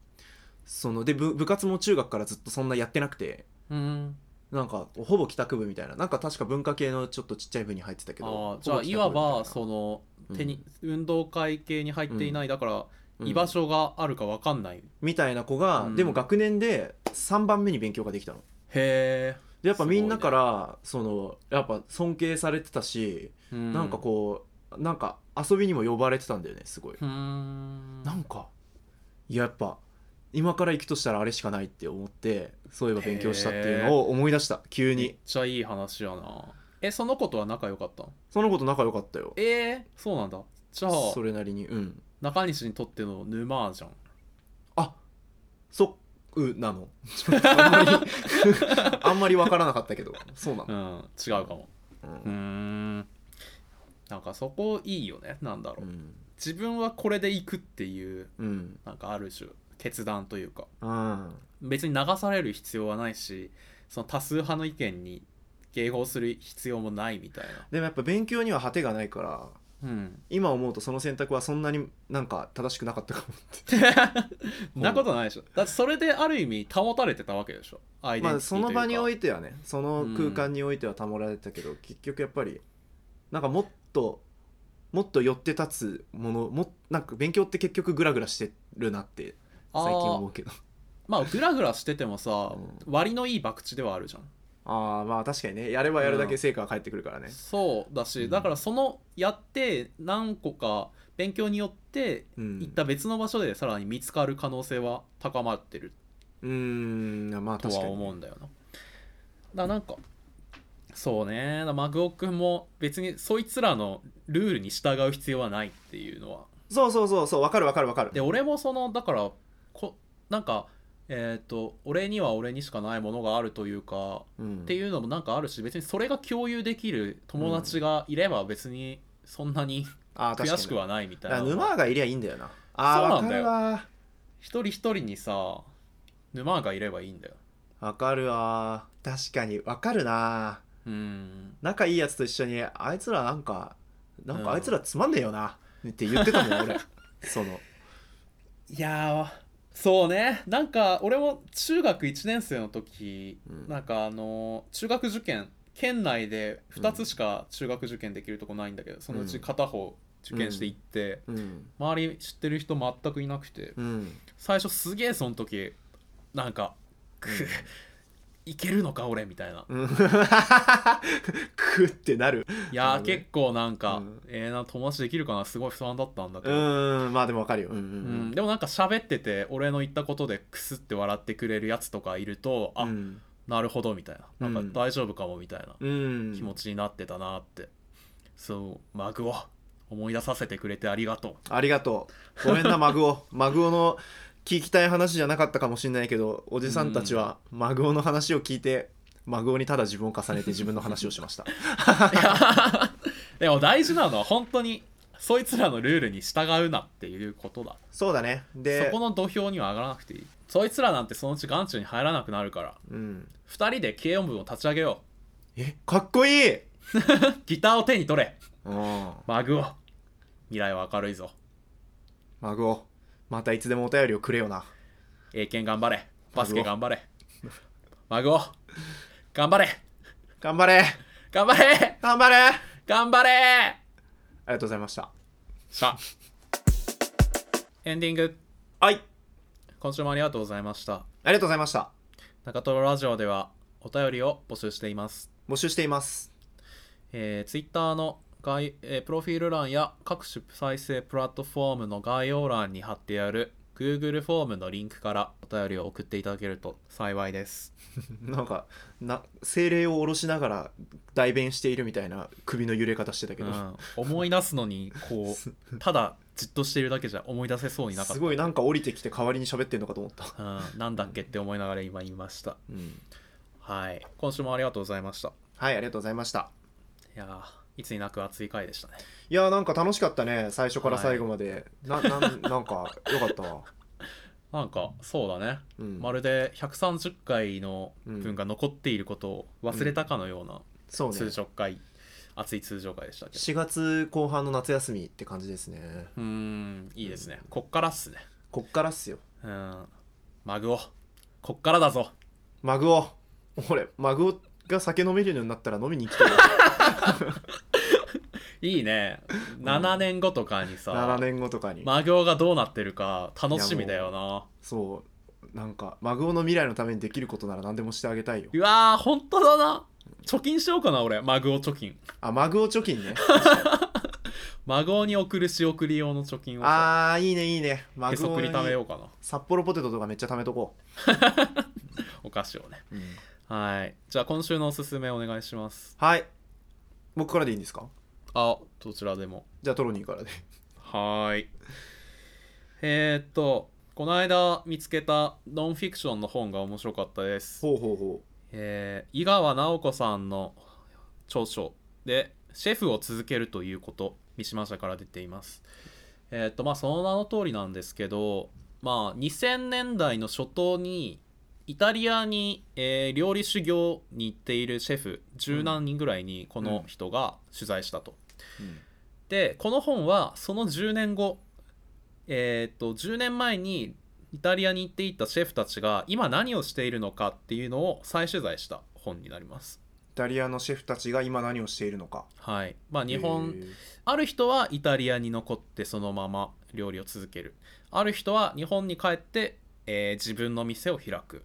Speaker 2: そので部部活も中学からずっとそんなやってなくて
Speaker 1: うん
Speaker 2: なんかほぼ帰宅部みたいななんか確か文化系のちょっとちっちゃい部に入ってたけ
Speaker 1: あ
Speaker 2: ど
Speaker 1: ーじゃあいわば
Speaker 2: そ
Speaker 1: その手に、運動会系に入っていない、だから
Speaker 2: うん
Speaker 1: 居場所があるかわかんない、へ
Speaker 2: みたいな子が、
Speaker 1: うん
Speaker 2: でも学年で3番目に勉強ができたの
Speaker 1: え
Speaker 2: でやっぱみんなから、そのやっぱ尊敬されてたし、
Speaker 1: うん
Speaker 2: なんかこうなんか遊びにも呼ばれてたんだよねすごい、
Speaker 1: うーん
Speaker 2: なんかいややっぱ今から行くとしたらあれしかないって思ってそういえば勉強したっていうのを思い出した急
Speaker 1: めっ
Speaker 2: に
Speaker 1: ちゃいい話やなえその子とは仲良かったの
Speaker 2: その子と仲良かったよ
Speaker 1: えー、そうなんだじゃあ
Speaker 2: それなりにうん
Speaker 1: 中西にとっての沼じゃん
Speaker 2: あそっな のあんまりあんまり分からなかったけどそうなの、
Speaker 1: うん違うかも
Speaker 2: うん
Speaker 1: うーんなんかそこいいよねなんだろう、
Speaker 2: うん
Speaker 1: 自分はこれで行くっていう
Speaker 2: うん
Speaker 1: なんかある種決断というか
Speaker 2: あ
Speaker 1: 別に流される必要はないしその多数派の意見に迎合する必要もないみたい
Speaker 2: ーでもやっぱ勉強には果てがないから
Speaker 1: なうん
Speaker 2: 今思うとその選択はそんなになんか正しくなかったかもって
Speaker 1: そんなことないでしょだってそれである意味保たれてたわけでしょ アイデンテ
Speaker 2: ま
Speaker 1: ィ
Speaker 2: あ
Speaker 1: ティ
Speaker 2: その場にお
Speaker 1: いて
Speaker 2: いてはねその空間においては保られてたけど、結局やっぱりなんかもっともっと寄って立つものもなんか勉強って結局グラグラしてるなって最近思うけど
Speaker 1: まあグラグラしててもさ、
Speaker 2: う
Speaker 1: 割のいい博打ではあるじゃん
Speaker 2: ああーまあ確かにねやればやるだけ成果が返ってくるからね、
Speaker 1: そうだし、
Speaker 2: うん
Speaker 1: だからそのやって何個か勉強によって
Speaker 2: うん
Speaker 1: 行った別の場所でさらに見つかる可能性は高まってる
Speaker 2: うーんまあ
Speaker 1: と
Speaker 2: 確
Speaker 1: は
Speaker 2: かに
Speaker 1: 思うんだよなだからなんかそうねだからマグオ君も別にそいつらのルールに従う必要はないっていうのは
Speaker 2: そうそうそうそうわかるわかるわかる
Speaker 1: で俺もそのだからこなんかえっ、と俺には俺にしかないものがあるというか
Speaker 2: うん
Speaker 1: っていうのもなんかあるし別にそれが共有できる友達がいれば別にそんなに
Speaker 2: あー確か
Speaker 1: 悔
Speaker 2: に
Speaker 1: しくはないみたい
Speaker 2: だか
Speaker 1: な
Speaker 2: ら
Speaker 1: の
Speaker 2: 沼
Speaker 1: が
Speaker 2: がいりゃいいんだよなあ
Speaker 1: そ
Speaker 2: ー
Speaker 1: うな
Speaker 2: わ
Speaker 1: ん
Speaker 2: か
Speaker 1: だ
Speaker 2: る
Speaker 1: よ
Speaker 2: わ
Speaker 1: 一人一人にさ沼がいればいいんだよ
Speaker 2: わかるわ確かにわかるな
Speaker 1: うん
Speaker 2: 仲いいやつと一緒にあいつらなんかなんかあいつらつまんねえよな、って言ってたも ん俺その
Speaker 1: いやーそうねなんか俺も中学1年生の時、
Speaker 2: うん
Speaker 1: なんかあの中学受験県内で2つしか中学受験できるとこないんだけど、そのうち片方受験して行って、
Speaker 2: うん
Speaker 1: 周り知ってる人全くいなくて、
Speaker 2: うん
Speaker 1: 最初すげえその時なんか「くいけるのか俺」み たいな
Speaker 2: うんくってなる
Speaker 1: いやー
Speaker 2: なるほどね
Speaker 1: 結構なんか、
Speaker 2: うん
Speaker 1: ええな友達できるかなすごい不安だったんだけ
Speaker 2: う
Speaker 1: ど、
Speaker 2: んまあでもわかるようんう
Speaker 1: うん
Speaker 2: ん
Speaker 1: でもなんか喋ってて俺の言ったことでクスって笑ってくれるやつとかいると
Speaker 2: う
Speaker 1: あ、
Speaker 2: ん
Speaker 1: なるほどみたいなな
Speaker 2: うんん
Speaker 1: か大丈夫かもみたいな
Speaker 2: うん
Speaker 1: 気持ちになってたなって、そうマグを思い出させてくれてありが と
Speaker 2: ありがとうごめんなマグオ マグオの聞きたい話じゃなかったかもしれないけどおじさんたちはマグオの話を聞いてマグオにただ自分を重ねて自 分の話をしました
Speaker 1: ういや でも大事なのは本当にそいつらのルールに従うなっていうことだ
Speaker 2: そうだねで
Speaker 1: そこの土俵には上がらなくていいそいつらなんてそのうち眼中に入らなくなるから
Speaker 2: うん、
Speaker 1: 2人で軽音部を立ち上げよ
Speaker 2: えかっこいい、
Speaker 1: うギターを手に取れ
Speaker 2: うん
Speaker 1: マグを未来は明るいぞ
Speaker 2: マグオまたいつでもお便りをくれよな
Speaker 1: 英検頑張れバスケ
Speaker 2: マグオ
Speaker 1: 頑張れマグを頑張れ
Speaker 2: 頑張れ
Speaker 1: 頑張れ
Speaker 2: 頑張れあ
Speaker 1: 頑張れ
Speaker 2: りがとうございました
Speaker 1: さあエンディング
Speaker 2: はい
Speaker 1: 今週もありがとうございました
Speaker 2: ありがとうございました
Speaker 1: 中トロラジオではお便りを募集しています
Speaker 2: 募集しています
Speaker 1: えー、Twitter の概、えープロフィール欄や各種再生プラットフォームの概要欄に貼ってある Google フォームのリンクからお便りを送っていただけると幸いです。
Speaker 2: なんかな精霊を下ろしながら代弁しているみたいな首の揺れ方してたけ
Speaker 1: う
Speaker 2: ど、
Speaker 1: ん、思い出すのにこうただじっとしているだけじゃ思い出せそうになかっ
Speaker 2: すごいなんか降りてきて代わりに喋ってんのかと思った、
Speaker 1: た。うん、なんだっけって思いながら今言いました。
Speaker 2: うん、
Speaker 1: はい、今週もありがとうございました。い
Speaker 2: はいありがとうございました
Speaker 1: やーいつになく熱い回でしたね。
Speaker 2: いやーなんか楽しかったね最初から最後まで、ななんなんかよかったわ、
Speaker 1: なんかそうだね、
Speaker 2: う ん
Speaker 1: まるで130回の分が残っていることを忘れたかのような、
Speaker 2: そうね
Speaker 1: 通常会、熱い通常会でしたけど
Speaker 2: 4月後半の夏休みって感じですね
Speaker 1: うーんいいですねこっからっすね
Speaker 2: こっからっすよ
Speaker 1: うんマグオこっからだぞ
Speaker 2: マグオ俺マグオが酒飲めるようになったら飲みに行き たいわ
Speaker 1: いいね7年後とかにさ、
Speaker 2: 7年後とかに、
Speaker 1: マグオがどうなってるか楽しみだよな
Speaker 2: そうなんか孫の未来のためにできることなら何でもしてあげた いよ
Speaker 1: うわー本当だな貯金しようかな俺マグオ貯金
Speaker 2: あ孫 貯金ね
Speaker 1: マグオに送る仕送り用の貯金をさ
Speaker 2: あーいいねいいね孫
Speaker 1: へそくり
Speaker 2: に
Speaker 1: 貯めようかな
Speaker 2: 札幌ポテトとかめっちゃ貯めとこ
Speaker 1: お菓子をね
Speaker 2: う、
Speaker 1: はいじゃあ今週のおすすめお願いします
Speaker 2: はい僕からでいいんですか
Speaker 1: あどちらでも
Speaker 2: じゃあトロニーからで
Speaker 1: はーいえー、っとこの間見つけたノンフィクションの本が面白かったです
Speaker 2: ほうほうほ
Speaker 1: えー井川直子さんの著書で「シェフを続けるということ」三島社から出ています。えーっとまあその名の通りなんですけど、まあ、2000年代の初頭にイタリアに、えー料理修行に行っているシェフ十何人ぐらいにこの人が取材したと。
Speaker 2: う、
Speaker 1: でこの本はその10年後えーっと10年前にイタリアに行っていたシェフたちが今何をしているのかっていうのを再取材した本になります
Speaker 2: イタリアのシェフたちが今何をしているのか
Speaker 1: はいまあ日
Speaker 2: へ
Speaker 1: 本
Speaker 2: ー
Speaker 1: ある人はイタリアに残ってそのまま料理を続けるある人は日本に帰って、えー自分の店を開く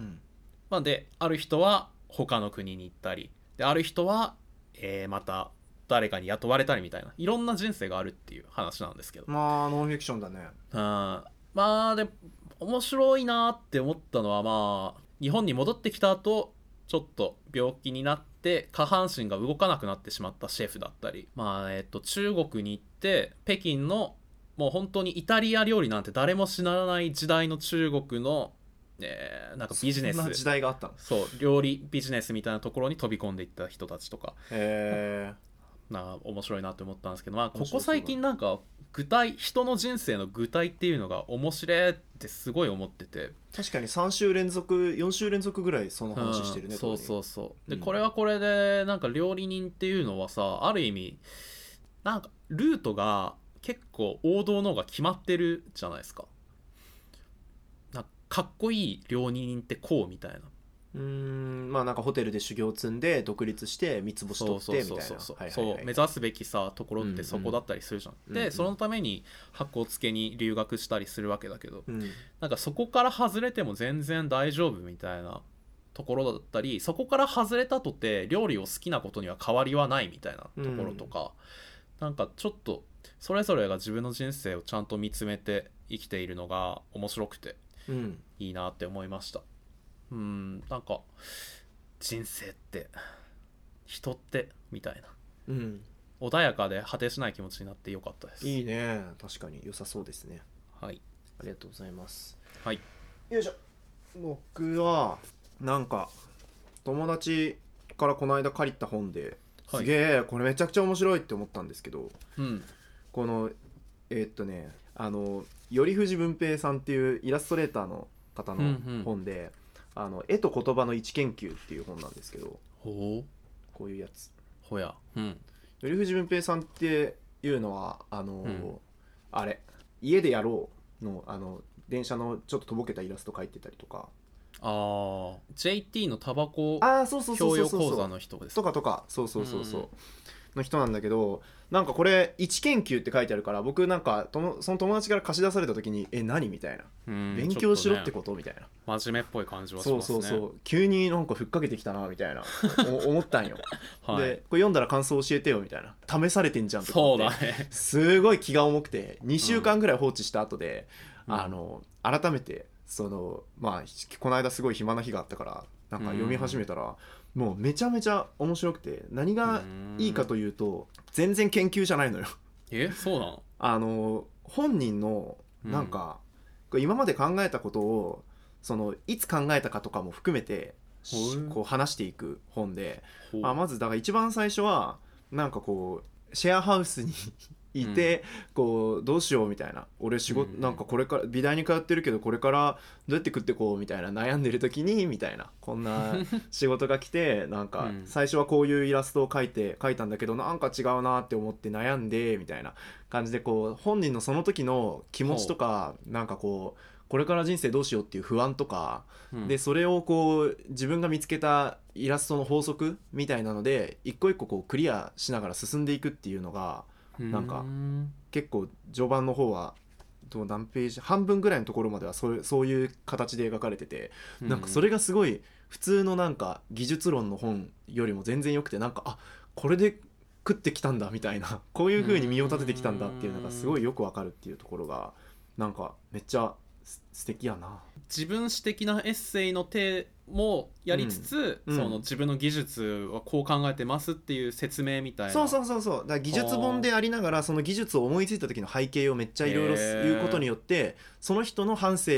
Speaker 2: うん
Speaker 1: まあ、である人は他の国に行ったりである人は、えーまた誰かに雇われたりみたいないろんな人生があるっていう話なんですけど
Speaker 2: まあノンフィクションだね
Speaker 1: あーまあで面白いなって思ったのはまあ日本に戻ってきた後ちょっと病気になって下半身が動かなくなってしまったシェフだったり、まあえっと、中国に行って北京のもう本当にイタリア料理なんて誰も知らない時代の中国の、えーなんかビジネ
Speaker 2: そんな時
Speaker 1: ス
Speaker 2: 代があったの
Speaker 1: そう料理ビジネスみたいなところに飛び込んでいった人たちとか
Speaker 2: へ
Speaker 1: な面白いなって思ったんですけど、まあ、こ
Speaker 2: 面白
Speaker 1: こ
Speaker 2: そうだね
Speaker 1: 最近なんか具体人の人生の具体っていうのが面白いってすごい思ってて、
Speaker 2: え確かに3週連続4週連続ぐらいその話してるね、
Speaker 1: うんそう
Speaker 2: う
Speaker 1: そうそうで、
Speaker 2: うん
Speaker 1: これはこれでなんか料理人っていうのはさある意味なんかルートが結構王道の方が決まってるじゃないですかなんかかっこいい料理人ってこうみたいな
Speaker 2: うーんまあなんかホテルで修行を積んで独立して三つ星取ってみたいな
Speaker 1: そうそうそうそう,、
Speaker 2: はいはいはい
Speaker 1: そう目指すべきさところっ
Speaker 2: うんう
Speaker 1: て
Speaker 2: ん
Speaker 1: そこだったりするじゃん、
Speaker 2: うんうん
Speaker 1: でそのために箱付けに留学したりするわけだけど、
Speaker 2: うん
Speaker 1: なんかそこから外れても全然大丈夫みたいなところだったりそこから外れたとて料理を好きなことには変わりはないみたいなところとか、なんかちょっとそれぞれが自分の人生をちゃんと見つめて生きているのが面白くて
Speaker 2: うん
Speaker 1: いいなって思いましたうんなんか人生って人ってみたいな
Speaker 2: うん、
Speaker 1: 穏やかで果てしない気持ちになってよかったです
Speaker 2: いいね確かに良さそうですね
Speaker 1: はい
Speaker 2: ありがとうございます
Speaker 1: はい
Speaker 2: よいしょ僕はなんか友達からこの間借りた本で
Speaker 1: はい
Speaker 2: すげえこれめちゃくちゃ面白いって思ったんですけど
Speaker 1: うん
Speaker 2: このえーっとねあの頼藤文平さんっていうイラストレーターの方
Speaker 1: うん
Speaker 2: の
Speaker 1: うん
Speaker 2: 本で「あの絵と言葉の位置研究」っていう本なんですけど
Speaker 1: ほう
Speaker 2: こういうやつ
Speaker 1: ほやうん
Speaker 2: 頼藤文平さんっていうのはあの、
Speaker 1: うん
Speaker 2: あれ「家でやろうの」あの電車のちょっととぼけたイラスト描いてたりとか
Speaker 1: あー JT のタバコ
Speaker 2: ああそうそうそ
Speaker 1: 教
Speaker 2: うそう
Speaker 1: 養
Speaker 2: そうそう
Speaker 1: 講座の人です
Speaker 2: とかとかそうそうそうそう、
Speaker 1: うんうん
Speaker 2: の人なんだけどなんかこれ「一研究」って書いてあるから僕なんかともその友達から貸し出された時に「え何?」みたいな「勉強しろってこと?」みたいな、
Speaker 1: と、真面目っぽい感じはし
Speaker 2: そう
Speaker 1: ます
Speaker 2: そ
Speaker 1: ね
Speaker 2: うそう急になんかふっかけてきたなみたいなお思ったんよ、
Speaker 1: はい、
Speaker 2: でこれ読んだら感想教えてよみたいな試されてんじゃんとか
Speaker 1: そ
Speaker 2: 思っ
Speaker 1: う
Speaker 2: て
Speaker 1: だね
Speaker 2: すごい気が重くて2週間ぐらい放置した後で、
Speaker 1: うん
Speaker 2: あの改めてそのまあひこの間すごい暇な日があったからなんか読み始めたら、もうめちゃめちゃ面白くて何がいいか
Speaker 1: う
Speaker 2: というと全然研究じゃないのよ
Speaker 1: ーんえそうなの
Speaker 2: あの本人のなんか、こう今まで考えたことをそのいつ考えたかとかも含めてし
Speaker 1: ほう
Speaker 2: こう話していく本で
Speaker 1: ほう
Speaker 2: あまずだから一番最初はなんかこうシェアハウスに いて、こうどうしようみたいな俺仕事、
Speaker 1: うん
Speaker 2: なんかこれから美大に通ってるけどこれからどうやって食ってこうみたいな悩んでる時にみたいなこん な仕事が来てなんか
Speaker 1: うん
Speaker 2: 最初はこういうイラストを描いて描いたんだけどなんか違うなって思って悩んでみたいな感じでこう本人のその時の気持ちとかなんかこうこれから人生どうしようっていう不安とか
Speaker 1: うん
Speaker 2: でそれをこう自分が見つけたイラストの法則みたいなので一個一個こうクリアしながら進んでいくっていうのが
Speaker 1: うー
Speaker 2: なんか
Speaker 1: ん
Speaker 2: 結構序盤の方はと何ページ半分ぐらいのところまではそうそういう形で描かれてて、なんかそれがすごい普通のなんか技術論の本よりも全然良くてなんかあこれで食ってきたんだみたいな こういう風に身を立ててきたんだっていうのがすごいよくわかるっていうところがなんかめっちゃす素敵やな。
Speaker 1: 自分史的なエッセイの手もやりつつ、
Speaker 2: うんうん
Speaker 1: その自分の技術はこう考えてますっていう説明みたいな
Speaker 2: そうそうそうそうだから技術本でありながらその技術を思いついた時の背景をめっちゃいろいろ
Speaker 1: へー
Speaker 2: 言うことによってその人の反省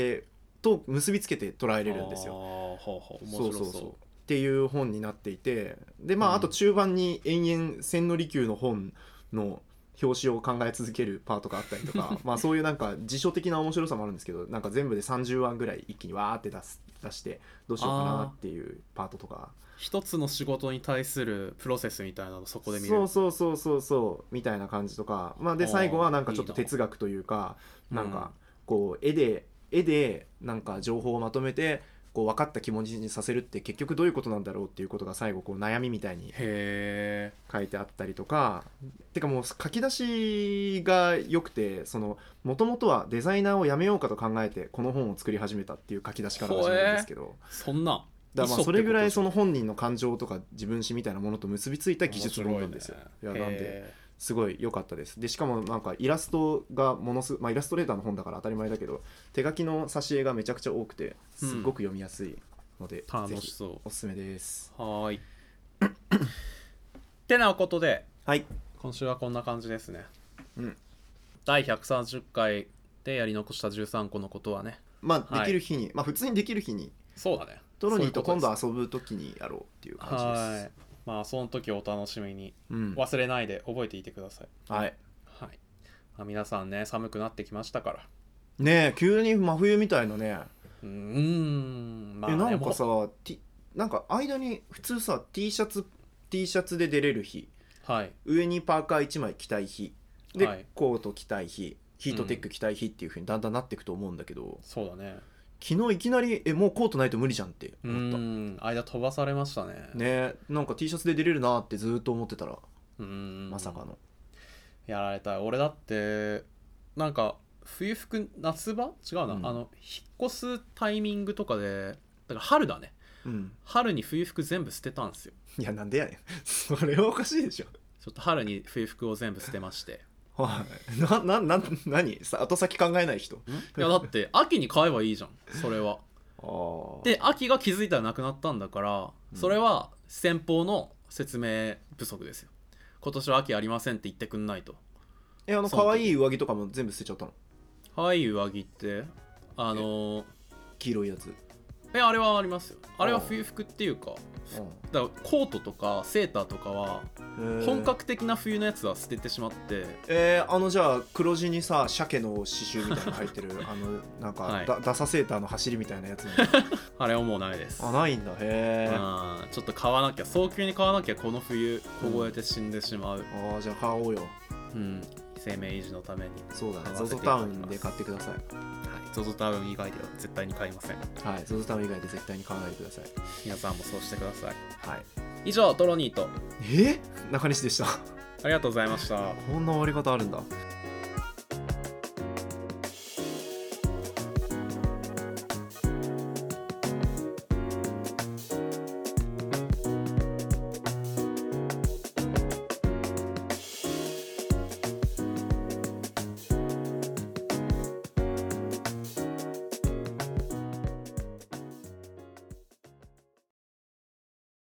Speaker 2: と結びつけて捉
Speaker 1: 入
Speaker 2: えれるんですよ。
Speaker 1: はあはあ面
Speaker 2: そ
Speaker 1: 白
Speaker 2: う
Speaker 1: そう
Speaker 2: そうそうっていう本になっていてでま
Speaker 1: う
Speaker 2: あ
Speaker 1: ん
Speaker 2: あと中盤に延々千利休の本の表紙を考え続けるパートがあったり とかまあそういうなんか辞書的な面白さもあるんですけどなんか全部で30話ぐらい一気にわーって出す出してどうしようかなっていうパートとか
Speaker 1: 一つの仕事に対するプロセスみたいなのそこで見れ
Speaker 2: そ
Speaker 1: る
Speaker 2: うそうそうそうそうみたいな感じとか、まあ、で
Speaker 1: あー
Speaker 2: 最後はなんかちょっ
Speaker 1: い
Speaker 2: と
Speaker 1: いな
Speaker 2: 哲学というか
Speaker 1: うん
Speaker 2: なんかこう絵で絵でなんか情報をまとめてこう分かった気持ちにさせるって結局どういうことなんだろうっていうことが最後こう悩みみたいに
Speaker 1: へえ
Speaker 2: 書いてあったりとかてかもう書き出しが良くてもともとはデザイナーを辞めようかと考えてこの本を作り始めたっていう書き出しから始まるんですけど。
Speaker 1: そんな
Speaker 2: だから
Speaker 1: 嘘
Speaker 2: まあ
Speaker 1: ってこと
Speaker 2: それぐらいその本人の感情とか自分史みたいなものと結びついた技術論なんですよ。いや
Speaker 1: 面白
Speaker 2: ないん
Speaker 1: ね
Speaker 2: で
Speaker 1: へ
Speaker 2: すごい良かったですでしかもなんかイラストがものすまあ、イラストレーターの本だから当たり前だけど手書きの挿絵がめちゃくちゃ多くて
Speaker 1: うん
Speaker 2: すっごく読みやすいので、
Speaker 1: え
Speaker 2: ぜ
Speaker 1: 楽し
Speaker 2: ひ
Speaker 1: そ
Speaker 2: おすすめです
Speaker 1: うはーいってなことで
Speaker 2: はい
Speaker 1: 今週はこんな感じですね
Speaker 2: うん
Speaker 1: 第130回でやり残した13個のことはね
Speaker 2: まあ
Speaker 1: はい
Speaker 2: できる日に、まあ普通にできる日に
Speaker 1: そうだね
Speaker 2: トロニーと今度
Speaker 1: は
Speaker 2: 遊ぶ時にやろうっていう感じです
Speaker 1: はいまあその時お楽しみに
Speaker 2: うん
Speaker 1: 忘れないで覚えていてください
Speaker 2: はい
Speaker 1: はい、まあ、皆さんね寒くなってきましたから
Speaker 2: ねえ急に真冬みたいなね,、
Speaker 1: うーんまあ
Speaker 2: えな
Speaker 1: で
Speaker 2: ん
Speaker 1: も
Speaker 2: かさ、T、なんか間に普通さ T シャツ T シャツで出れる日
Speaker 1: はい
Speaker 2: 上にパーカー1枚着たい日で、
Speaker 1: はい
Speaker 2: コート着たい日ヒートテック着たい日っていうふうにだんだんなっていくと思うんだけど、
Speaker 1: そうだね
Speaker 2: 昨日いきなりえもうコートないと無理じゃんって
Speaker 1: う
Speaker 2: 思った、
Speaker 1: ーん間飛ばされましたね
Speaker 2: ねなんか T シャツで出れるなってずーっと思ってたら
Speaker 1: うーん
Speaker 2: まさかの、
Speaker 1: やられた俺だってなんか冬服夏場違うな、
Speaker 2: うん
Speaker 1: あの引っ越すタイミングとかでだから春だね
Speaker 2: うん、
Speaker 1: 春に冬服全部捨てたんですよ
Speaker 2: いやなんでやねん それはおかしいでしょ
Speaker 1: ちょっと春に冬服を全部捨てまして
Speaker 2: はいななな何さ後先考えない人
Speaker 1: いやだって秋に買えばいいじゃんそれ は
Speaker 2: あー
Speaker 1: で秋が気づいたらなくなったんだから
Speaker 2: うん
Speaker 1: それは先方の説明不足ですよ今年は秋ありませんって言ってくんないと
Speaker 2: えあの
Speaker 1: その時
Speaker 2: 可愛い上着とかも全部捨てちゃったの
Speaker 1: はい上着ってあの
Speaker 2: 黄色いやつ、
Speaker 1: えあれはありますよあれは
Speaker 2: ああ
Speaker 1: 冬服っていうか
Speaker 2: う
Speaker 1: だからコートとかセーターとかは
Speaker 2: んへー
Speaker 1: 本格的な冬のやつは捨ててしまって
Speaker 2: えーあのじゃあ黒地にさ鮭の刺繍みたいなの入ってるあのなんか、
Speaker 1: はい
Speaker 2: だダサセーターの走りみたいな やつも
Speaker 1: あれはもうないです
Speaker 2: あないんだへえあ
Speaker 1: うんちょっと買わなきゃ早急に買わなきゃこの冬凍えて死んでしまう、
Speaker 2: ーじゃあ買おうよ
Speaker 1: うん、生命維持のために
Speaker 2: そうだね
Speaker 1: 買わせて
Speaker 2: ZOZO タウンで買ってください
Speaker 1: はい、ZOZO タウン以外では絶対に買いません
Speaker 2: はい ZOZO タウン以外で絶対に買わないでください
Speaker 1: 皆さんもそうしてください
Speaker 2: はい
Speaker 1: 以上トロニーと
Speaker 2: えー中西でした
Speaker 1: ありがとうございました
Speaker 2: こんな終わり方あるんだ